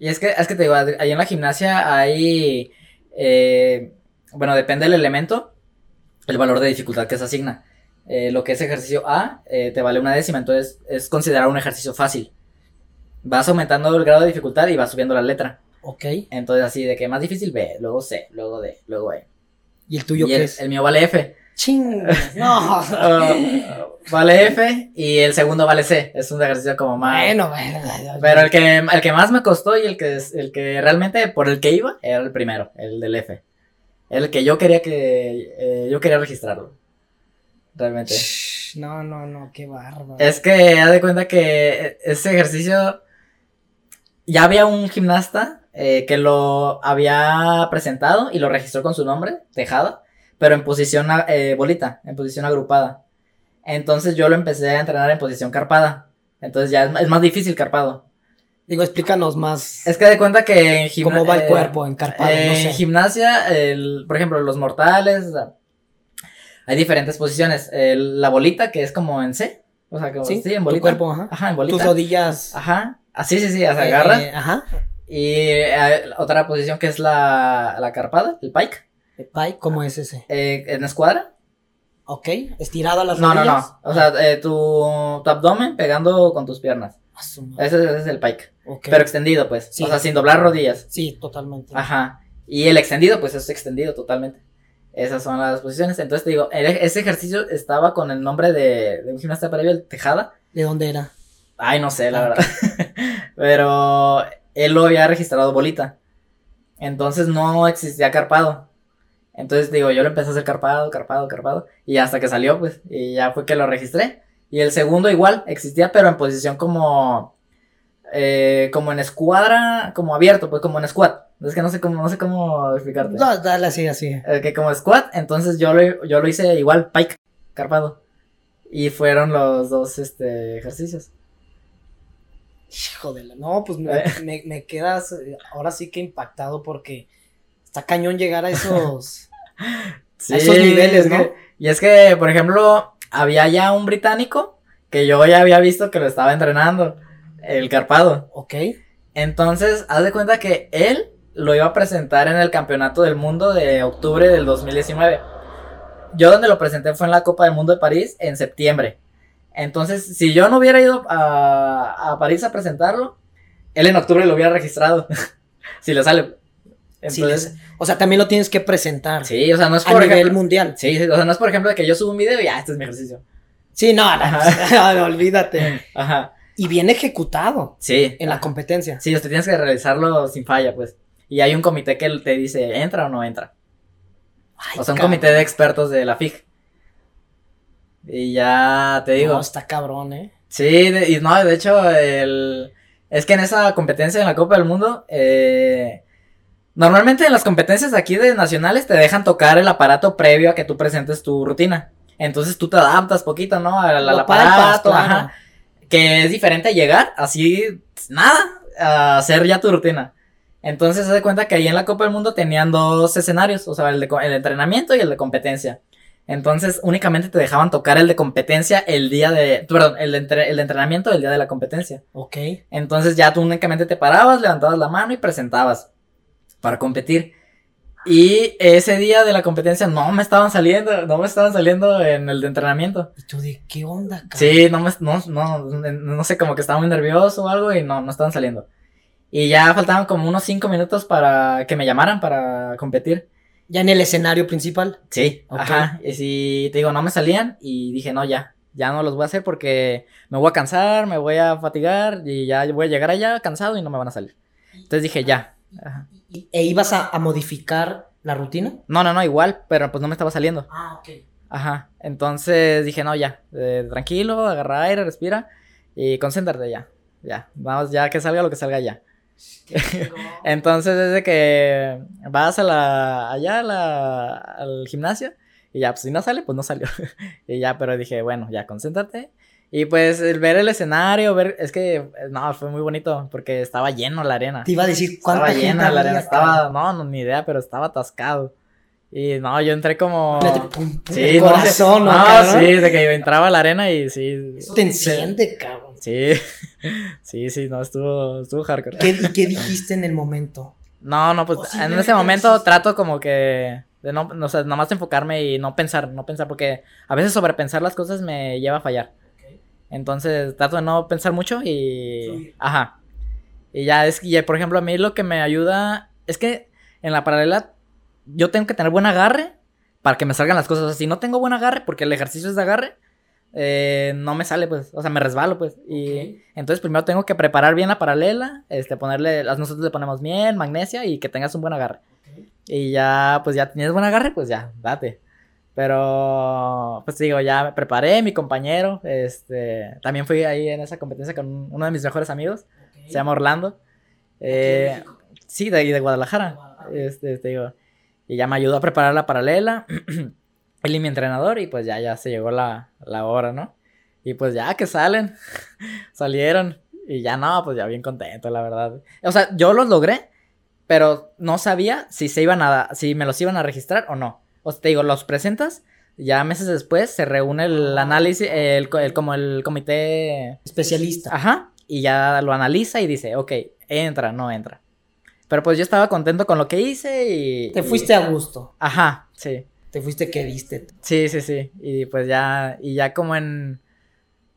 [SPEAKER 1] Y es que, es que te digo, ahí en la gimnasia hay, eh, bueno, depende del elemento, el valor de dificultad que se asigna. Eh, lo que es ejercicio A eh, te vale una décima, entonces es considerado un ejercicio fácil. Vas aumentando el grado de dificultad y vas subiendo la letra.
[SPEAKER 3] ¿Ok?
[SPEAKER 1] Entonces así, de que más difícil B, luego C, luego D, luego E.
[SPEAKER 4] ¿Y el tuyo
[SPEAKER 1] Y
[SPEAKER 4] qué
[SPEAKER 1] el,
[SPEAKER 4] es?
[SPEAKER 1] el mío vale F.
[SPEAKER 3] Ching. No.
[SPEAKER 1] Ah, vale F y el segundo vale C. Es un ejercicio como más.
[SPEAKER 3] bueno, bueno.
[SPEAKER 1] Pero el que, el que más me costó y el que, es- el que realmente por el que iba era el primero, el del F. El que yo quería que. eh, yo quería registrarlo. Realmente.
[SPEAKER 3] Shh, No, no, no, qué bárbaro.
[SPEAKER 1] Es que haz de cuenta que ese ejercicio. Ya había un gimnasta eh, que lo había presentado y lo registró con su nombre, Tejada, pero en posición a- eh, bolita, en posición agrupada. Entonces yo lo empecé a entrenar en posición carpada. Entonces ya es, ma- es más difícil carpado.
[SPEAKER 3] Digo, explícanos más
[SPEAKER 1] Es que haz de cuenta que en gimna-
[SPEAKER 3] cómo va el
[SPEAKER 1] eh,
[SPEAKER 3] cuerpo en carpado,
[SPEAKER 1] eh,
[SPEAKER 3] no
[SPEAKER 1] en
[SPEAKER 3] sé.
[SPEAKER 1] gimnasia, el- por ejemplo, los mortales, o sea, hay diferentes posiciones. El- la bolita, que es como en C, o sea, como, sí, en
[SPEAKER 3] tu
[SPEAKER 1] bolita.
[SPEAKER 3] cuerpo, ajá.
[SPEAKER 1] Ajá,
[SPEAKER 3] Tus
[SPEAKER 1] en bolita.
[SPEAKER 3] rodillas.
[SPEAKER 1] Ajá, así, sí, sí, o sea,
[SPEAKER 3] eh,
[SPEAKER 1] agarra.
[SPEAKER 3] ajá.
[SPEAKER 1] Y eh, otra posición que es la, la carpada, el pike,
[SPEAKER 3] Pai, ¿cómo es ese?
[SPEAKER 1] eh, en escuadra.
[SPEAKER 3] Ok, estirado a las
[SPEAKER 1] No, no,
[SPEAKER 3] rodillas.
[SPEAKER 1] no, o sea, eh, tu, tu abdomen pegando con tus piernas.
[SPEAKER 3] A su madre,
[SPEAKER 1] Ese, ese es el pike,
[SPEAKER 3] ok.
[SPEAKER 1] pero extendido, pues,
[SPEAKER 3] Sí.
[SPEAKER 1] o sea, sin doblar rodillas.
[SPEAKER 3] Sí, totalmente.
[SPEAKER 1] Ajá. Y el extendido, pues es extendido totalmente. Esas son las posiciones. Entonces te digo, el ej- ese ejercicio estaba con el nombre de, de un gimnasta previo, el Tejada.
[SPEAKER 3] ¿De dónde era?
[SPEAKER 1] Ay, no sé, la
[SPEAKER 3] Ah,
[SPEAKER 1] verdad. Pero él lo había registrado bolita. Entonces no existía carpado. Entonces digo, yo lo empecé a hacer carpado, carpado, carpado. Y hasta que salió, pues, y ya fue que lo registré. Y el segundo igual existía, pero en posición como. eh, como en escuadra, como abierto, pues como en squat. Es que no sé cómo, no sé cómo explicarte.
[SPEAKER 3] No, dale así, así.
[SPEAKER 1] Eh, que como squat, entonces yo lo, yo lo hice igual, pike, carpado. Y fueron los dos este, ejercicios.
[SPEAKER 3] Hijo de la... No, pues
[SPEAKER 1] Eh.
[SPEAKER 3] me, me- me quedas eh, ahora sí que impactado porque está cañón llegar a esos...
[SPEAKER 1] Sí,
[SPEAKER 3] a esos niveles,
[SPEAKER 1] es
[SPEAKER 3] ¿no?
[SPEAKER 1] que- y es que, por ejemplo, había ya un británico que yo ya había visto que lo estaba entrenando, el Carpado.
[SPEAKER 3] Ok.
[SPEAKER 1] Entonces, haz de cuenta que él lo iba a presentar en el Campeonato del Mundo de octubre del 2019. Yo donde lo presenté fue en la Copa del Mundo de París en septiembre. Entonces, si yo no hubiera ido a, a París a presentarlo, él en octubre lo hubiera registrado. si le sale.
[SPEAKER 3] Sí,
[SPEAKER 1] Entonces,
[SPEAKER 3] O sea, también lo tienes que presentar
[SPEAKER 1] sí, o sea, no es
[SPEAKER 3] a
[SPEAKER 1] por
[SPEAKER 3] nivel
[SPEAKER 1] ejemplo-
[SPEAKER 3] mundial.
[SPEAKER 1] Sí, sí, o sea, no es por ejemplo de que yo subo un video y ya, este es mi ejercicio.
[SPEAKER 3] Sí, no, no,
[SPEAKER 1] Ajá.
[SPEAKER 3] no, olvídate.
[SPEAKER 1] Ajá.
[SPEAKER 3] Y bien ejecutado
[SPEAKER 1] Sí. Ah,
[SPEAKER 3] en la competencia.
[SPEAKER 1] Sí, usted tienes que realizarlo sin falla, pues. Y hay un comité que te dice, entra o no entra.
[SPEAKER 3] Ay,
[SPEAKER 1] O sea, un
[SPEAKER 3] cabrón.
[SPEAKER 1] comité de expertos de la FIG. Y ya te digo.
[SPEAKER 3] No, está cabrón, ¿eh?
[SPEAKER 1] Sí, de- y no, de hecho, el... es que en esa competencia en la Copa del Mundo, eh, normalmente en las competencias aquí de nacionales te dejan tocar el aparato previo a que tú presentes tu rutina. Entonces tú te adaptas poquito, ¿no? Al, al
[SPEAKER 3] Lo palpas,
[SPEAKER 1] aparato,
[SPEAKER 3] claro.
[SPEAKER 1] ajá. que es diferente a llegar así, nada, a hacer ya tu rutina. Entonces se da cuenta que ahí en la Copa del Mundo tenían dos escenarios, o sea, el de co- el entrenamiento y el de competencia. Entonces únicamente te dejaban tocar el de competencia el día de, perdón, el de, entre- el de entrenamiento el día de la competencia.
[SPEAKER 3] Ok.
[SPEAKER 1] Entonces ya tú únicamente te parabas, levantabas la mano y presentabas para competir. Y ese día de la competencia no me estaban saliendo, no me estaban saliendo en el de entrenamiento.
[SPEAKER 3] ¿Y tú de qué onda, cabrón?
[SPEAKER 1] Sí, no, me- no, no, no sé, como que estaba muy nervioso o algo y no, no estaban saliendo. Y ya faltaban como unos cinco minutos para que me llamaran para competir.
[SPEAKER 3] Ya en el escenario principal.
[SPEAKER 1] Sí.
[SPEAKER 3] Ok.
[SPEAKER 1] Ajá. Y si te digo, no me salían y dije, no, ya, ya no los voy a hacer porque me voy a cansar, me voy a fatigar y ya voy a llegar allá cansado y no me van a salir. Entonces dije, ya. Ajá.
[SPEAKER 3] Y- ¿E ibas a, a modificar la rutina?
[SPEAKER 1] No, no, no, igual, pero pues no me estaba saliendo.
[SPEAKER 3] Ah, ok.
[SPEAKER 1] Ajá. Entonces dije, no, ya, eh, tranquilo, agarra aire, respira y concéntrate ya. Ya, vamos, ya que salga lo que salga ya. Entonces es de que vas a la, allá a la- al gimnasio y ya, pues si no sale, pues no salió. y ya, pero dije, bueno, ya, concéntrate. Y pues el ver el escenario, ver, es que, eh, no, fue muy bonito porque estaba lleno la arena.
[SPEAKER 3] Te iba a decir cuánta
[SPEAKER 1] Estaba
[SPEAKER 3] gente
[SPEAKER 1] llena la
[SPEAKER 3] había,
[SPEAKER 1] arena,
[SPEAKER 3] cabrón.
[SPEAKER 1] estaba, no, no, ni idea, pero estaba atascado. Y no, yo entré como...
[SPEAKER 3] Espérate, pum, pum,
[SPEAKER 1] Sí,
[SPEAKER 3] el
[SPEAKER 1] no,
[SPEAKER 3] corazón, ¿no,
[SPEAKER 1] no,
[SPEAKER 3] cabrón?
[SPEAKER 1] sí, de que entraba a la arena y sí.
[SPEAKER 3] Eso te
[SPEAKER 1] sí,
[SPEAKER 3] enciende, cabrón.
[SPEAKER 1] Sí, sí, sí, no, estuvo, estuvo hardcore.
[SPEAKER 3] ¿Qué, ¿Y qué dijiste en el momento?
[SPEAKER 1] No, no, pues
[SPEAKER 3] O
[SPEAKER 1] en
[SPEAKER 3] simplemente
[SPEAKER 1] ese momento
[SPEAKER 3] dices-
[SPEAKER 1] trato como que de no, o sea, nomás enfocarme y no pensar, no pensar, porque a veces sobrepensar las cosas me lleva a fallar. Entonces trato de no pensar mucho y...
[SPEAKER 2] Fluir.
[SPEAKER 1] Ajá. Y ya es que, ya, por ejemplo, a mí lo que me ayuda es que en la paralela yo tengo que tener buen agarre, para que me salgan las cosas. O sea, si no tengo buen agarre, porque el ejercicio es de agarre, eh, no me sale, pues. O sea, me resbalo, pues. Y entonces primero tengo que preparar bien la paralela, este, ponerle, las- nosotros le ponemos miel, magnesia y que tengas un buen agarre. Y ya, pues ya tienes buen agarre, pues ya, date. Pero, pues digo, ya me preparé, mi compañero, este, también fui ahí en esa competencia con un- uno de mis mejores amigos, se llama Orlando. Eh, Sí, de ahí de Guadalajara.
[SPEAKER 2] Guadalajara.
[SPEAKER 1] Este, te digo. Y ya me ayudó a preparar la paralela. Él y mi entrenador, y pues ya, ya se llegó la, la hora, ¿no? Y pues ya que salen, salieron. Y ya no, pues ya bien contento, la verdad. O sea, yo los logré, pero no sabía si se iban a, si me los iban a registrar o no. O sea, te digo, los presentas, ya meses después se reúne el análisis, el, co- el- como el comité
[SPEAKER 4] Especialista.
[SPEAKER 1] Ajá. Y ya lo analiza y dice, ok, entra, no entra. Pero pues yo estaba contento con lo que hice y...
[SPEAKER 3] Te fuiste a gusto.
[SPEAKER 1] Ajá, sí.
[SPEAKER 3] Te fuiste que diste.
[SPEAKER 1] Sí, sí, sí. Y pues ya, y ya como en...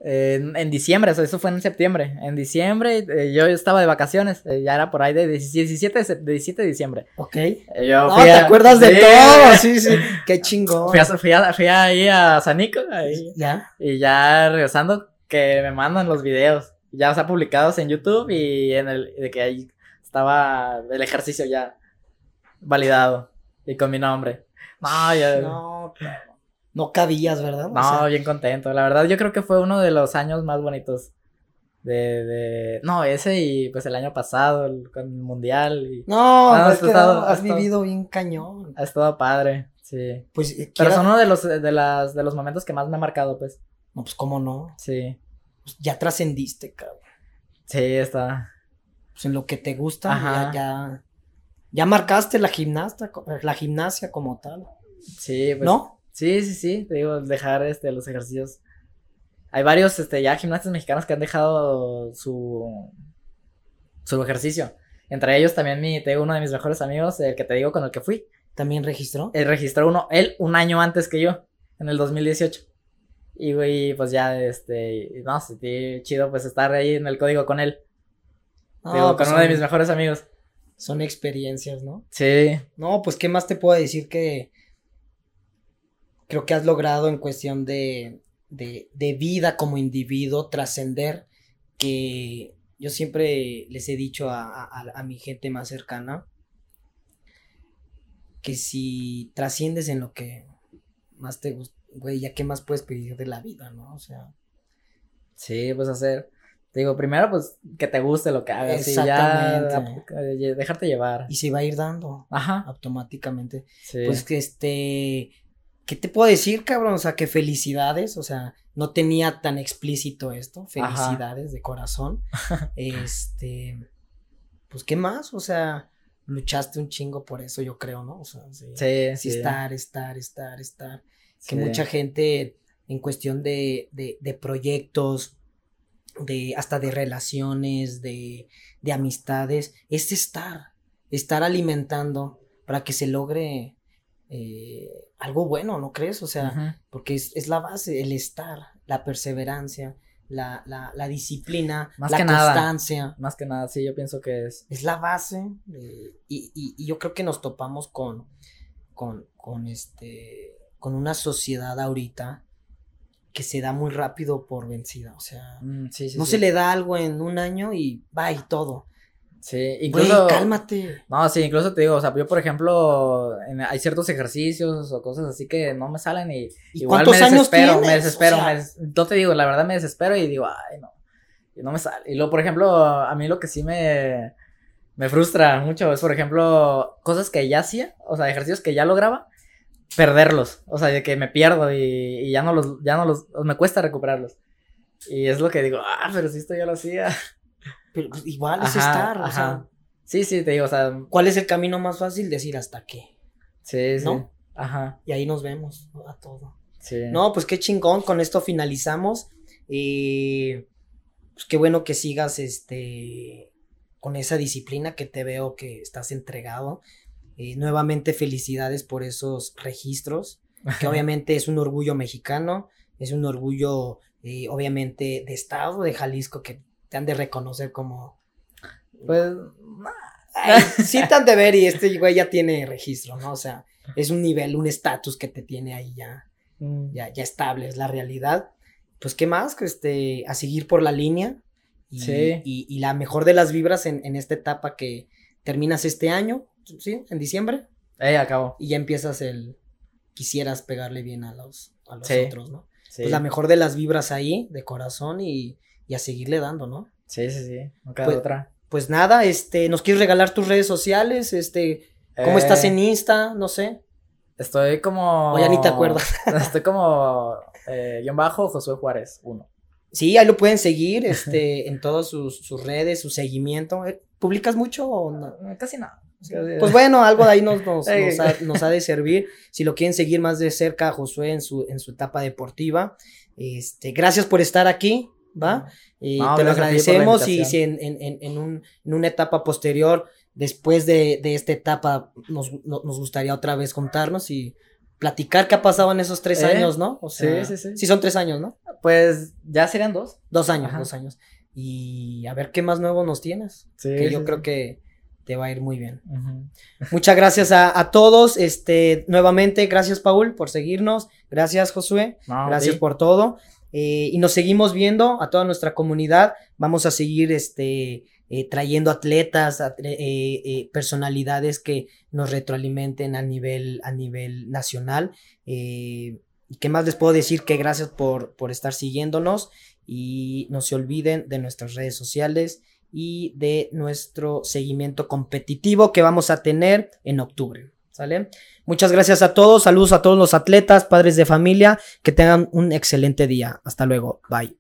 [SPEAKER 1] En, en diciembre, o sea, eso fue en septiembre. En diciembre eh, yo estaba de vacaciones, eh, ya era por ahí de 17 de, sep- 17 de diciembre.
[SPEAKER 3] Ok.
[SPEAKER 1] Eh, Yo
[SPEAKER 3] No,
[SPEAKER 1] fui
[SPEAKER 3] te
[SPEAKER 1] a-
[SPEAKER 3] acuerdas de
[SPEAKER 1] Sí.
[SPEAKER 3] todo. Sí, sí. Qué chingón.
[SPEAKER 1] Fui, a, fui, a- fui ahí a San Nico, ahí.
[SPEAKER 3] Ya.
[SPEAKER 1] Y ya regresando, que me mandan los videos. Ya, o sea, publicados en YouTube y en el. de que ahí estaba el ejercicio ya validado. Y con mi nombre. No, ya- no,
[SPEAKER 3] No, cabrón. no cabías, ¿verdad? O sea,
[SPEAKER 1] bien contento. La verdad, yo creo que fue uno de los años más bonitos. De, de- No, ese y pues el año pasado, el, con el mundial. Y
[SPEAKER 3] no,
[SPEAKER 1] No,
[SPEAKER 3] pues
[SPEAKER 1] has
[SPEAKER 3] que no,
[SPEAKER 1] estado-
[SPEAKER 3] has
[SPEAKER 1] has estado-
[SPEAKER 3] vivido bien cañón.
[SPEAKER 1] ha estado padre, sí.
[SPEAKER 3] Pues, eh,
[SPEAKER 1] Pero
[SPEAKER 3] quiera-
[SPEAKER 1] son uno de los, de, las, de los momentos que más me ha marcado, pues.
[SPEAKER 3] no, pues cómo no.
[SPEAKER 1] Sí,
[SPEAKER 3] Pues, ya trascendiste, cabrón.
[SPEAKER 1] sí, está.
[SPEAKER 3] Pues en lo que te gusta, ya,
[SPEAKER 1] Ajá.
[SPEAKER 3] ya, ya marcaste la gimnasta, co- eh, la gimnasia como tal,
[SPEAKER 1] Sí, pues.
[SPEAKER 3] ¿no?
[SPEAKER 1] Sí, sí, sí, te digo, dejar este, los ejercicios. Hay varios este, ya gimnastas mexicanos que han dejado su, su ejercicio. Entre ellos también mi, te digo, uno de mis mejores amigos, el que te digo con el que fui.
[SPEAKER 3] También registró.
[SPEAKER 1] Él registró uno, él un año antes que yo, en el 2018. Y güey, pues ya, este, no, sentí chido pues estar ahí en el código con él.
[SPEAKER 3] No,
[SPEAKER 1] te digo,
[SPEAKER 3] pues
[SPEAKER 1] con uno de
[SPEAKER 3] son-
[SPEAKER 1] mis mejores amigos.
[SPEAKER 3] Son experiencias, ¿no?
[SPEAKER 1] Sí,
[SPEAKER 3] No, pues qué más te puedo decir que creo que has logrado en cuestión de, de, de vida como individuo, trascender, que yo siempre les he dicho a, a- a- a mi gente más cercana, que si trasciendes en lo que más te gusta, güey, ya qué más puedes pedir de la vida, ¿no? O sea,
[SPEAKER 1] Sí, pues hacer. Te digo, primero, pues que te guste lo que hagas. Y ya
[SPEAKER 3] Exactamente.
[SPEAKER 1] eh, dejarte llevar.
[SPEAKER 3] y se va a ir dando
[SPEAKER 1] Ajá.
[SPEAKER 3] automáticamente.
[SPEAKER 1] Sí.
[SPEAKER 3] Pues que este, ¿qué te puedo decir, cabrón? O sea, que felicidades, o sea, no tenía tan explícito esto,
[SPEAKER 1] Ajá.
[SPEAKER 3] felicidades de corazón. este, pues, ¿qué más? O sea, luchaste un chingo por eso, yo creo, ¿no? O sea, sí.
[SPEAKER 1] sí,
[SPEAKER 3] Sí,
[SPEAKER 1] sí,
[SPEAKER 3] estar, estar, estar, estar.
[SPEAKER 1] sí.
[SPEAKER 3] Que mucha gente en cuestión de, de, de proyectos, de hasta de relaciones, de, de amistades, es estar, estar alimentando para que se logre eh, algo bueno, ¿no crees? O sea,
[SPEAKER 1] Ajá.
[SPEAKER 3] porque es, es la base, el estar, la perseverancia, la, la, la disciplina,
[SPEAKER 1] Más
[SPEAKER 3] la
[SPEAKER 1] que nada.
[SPEAKER 3] constancia.
[SPEAKER 1] Más que nada, sí, yo pienso que es.
[SPEAKER 3] Es la base eh, y, y- y yo creo que nos topamos con, con, con, este, con una sociedad ahorita que se da muy rápido por vencida. O sea,
[SPEAKER 1] Mm, sí, sí.
[SPEAKER 3] no
[SPEAKER 1] sí.
[SPEAKER 3] se le da algo en un año y va y todo.
[SPEAKER 1] Sí,
[SPEAKER 3] Güey,
[SPEAKER 1] incluso.
[SPEAKER 3] cálmate.
[SPEAKER 1] No, sí, incluso te digo, o sea, yo por ejemplo, en- hay ciertos ejercicios o cosas así que no me salen y
[SPEAKER 3] ¿Y
[SPEAKER 1] igual
[SPEAKER 3] cuántos
[SPEAKER 1] me
[SPEAKER 3] años
[SPEAKER 1] desespero,
[SPEAKER 3] tienes?
[SPEAKER 1] me desespero,
[SPEAKER 3] O sea-
[SPEAKER 1] me des- no te digo, la verdad me desespero y digo, ay, no, y no me sale. Y luego, por ejemplo, a mí lo que sí me, me frustra mucho es, por ejemplo, cosas que ya hacía, o sea, ejercicios que ya lograba, perderlos, o sea, de que me pierdo y, y ya no los, ya no los, me cuesta recuperarlos. Y es lo que digo, ah, pero si esto ya lo hacía.
[SPEAKER 3] Pero pues, igual es
[SPEAKER 1] Ajá,
[SPEAKER 3] estar. O
[SPEAKER 1] ajá.
[SPEAKER 3] sea,
[SPEAKER 1] Sí, sí, te digo, o sea,
[SPEAKER 3] ¿cuál es el camino más fácil? Decir hasta qué.
[SPEAKER 1] sí, sí.
[SPEAKER 3] ¿No?
[SPEAKER 1] Ajá,
[SPEAKER 3] Y ahí nos vemos ¿no? a todo.
[SPEAKER 1] sí.
[SPEAKER 3] No, pues qué chingón, con esto finalizamos. Eh, pues qué bueno que sigas este con esa disciplina que te veo que estás entregado. Eh, nuevamente felicidades por esos registros, que obviamente es un orgullo mexicano, es un orgullo eh, obviamente de estado de Jalisco que te han de reconocer como
[SPEAKER 1] Pues,
[SPEAKER 3] Ay, sí te han de ver y este güey ya tiene registro, ¿no? O sea, es un nivel, un estatus que te tiene ahí ya, ya, ya estable, es la realidad. Pues, ¿qué más? Que este, a seguir por la línea y,
[SPEAKER 1] Sí.
[SPEAKER 3] y- y la mejor de las vibras en, en esta etapa que terminas este año, ¿sí? En diciembre,
[SPEAKER 1] Eh, acabó.
[SPEAKER 3] y ya empiezas el, quisieras pegarle bien a los, a los
[SPEAKER 1] Sí.
[SPEAKER 3] otros, ¿no?
[SPEAKER 1] Sí.
[SPEAKER 3] Pues la mejor de las vibras ahí, de corazón y, y a seguirle dando, ¿no?
[SPEAKER 1] sí, sí, sí. No queda
[SPEAKER 3] Pues-
[SPEAKER 1] otra.
[SPEAKER 3] Pues nada, este, nos quieres regalar tus redes sociales, este, cómo
[SPEAKER 1] Eh,
[SPEAKER 3] estás en Insta, no sé.
[SPEAKER 1] Estoy como.
[SPEAKER 3] O ya ni te acuerdas.
[SPEAKER 1] Estoy como. Eh, guión bajo Josué Juárez, uno.
[SPEAKER 3] Sí, ahí lo pueden seguir, este, en todas sus, sus redes, su seguimiento. Eh, ¿Publicas mucho o no?
[SPEAKER 1] Casi nada.
[SPEAKER 3] Pues bueno, algo de ahí nos, nos,
[SPEAKER 1] Eh.
[SPEAKER 3] nos ha, nos ha de servir. Si lo quieren seguir más de cerca a Josué en su, en su etapa deportiva. Este, gracias por estar aquí, ¿va? Y
[SPEAKER 1] No,
[SPEAKER 3] te lo
[SPEAKER 1] gracias a ti por la
[SPEAKER 3] agradecemos y
[SPEAKER 1] invitación.
[SPEAKER 3] si en, en- en- en un- en una etapa posterior, después de, de esta etapa, nos, no- nos gustaría otra vez contarnos y platicar qué ha pasado en esos tres
[SPEAKER 1] ¿Eh?
[SPEAKER 3] años, ¿no? O
[SPEAKER 1] Sí,
[SPEAKER 3] sea,
[SPEAKER 1] sí, sí.
[SPEAKER 3] son tres años, ¿no?
[SPEAKER 1] Pues ya serían dos.
[SPEAKER 3] Dos años,
[SPEAKER 1] Ajá.
[SPEAKER 3] dos años. Y a ver qué más nuevo nos tienes,
[SPEAKER 1] Sí.
[SPEAKER 3] que yo creo que te va a ir muy bien.
[SPEAKER 1] Ujú.
[SPEAKER 3] Muchas gracias a, a todos, este, nuevamente, gracias Paul por seguirnos, gracias Josué.
[SPEAKER 1] No,
[SPEAKER 3] Gracias
[SPEAKER 1] sí.
[SPEAKER 3] por todo. eh, y nos seguimos viendo a toda nuestra comunidad. Vamos a seguir este, eh, trayendo atletas, atle- eh, eh, personalidades que nos retroalimenten a nivel, a nivel nacional. Eh, ¿y ¿Qué más les puedo decir? Que gracias por, por estar siguiéndonos y no se olviden de nuestras redes sociales y de nuestro seguimiento competitivo que vamos a tener en octubre. ¿Sale? Muchas gracias a todos. Saludos a todos los atletas, padres de familia. Que tengan un excelente día. Hasta luego. Bye.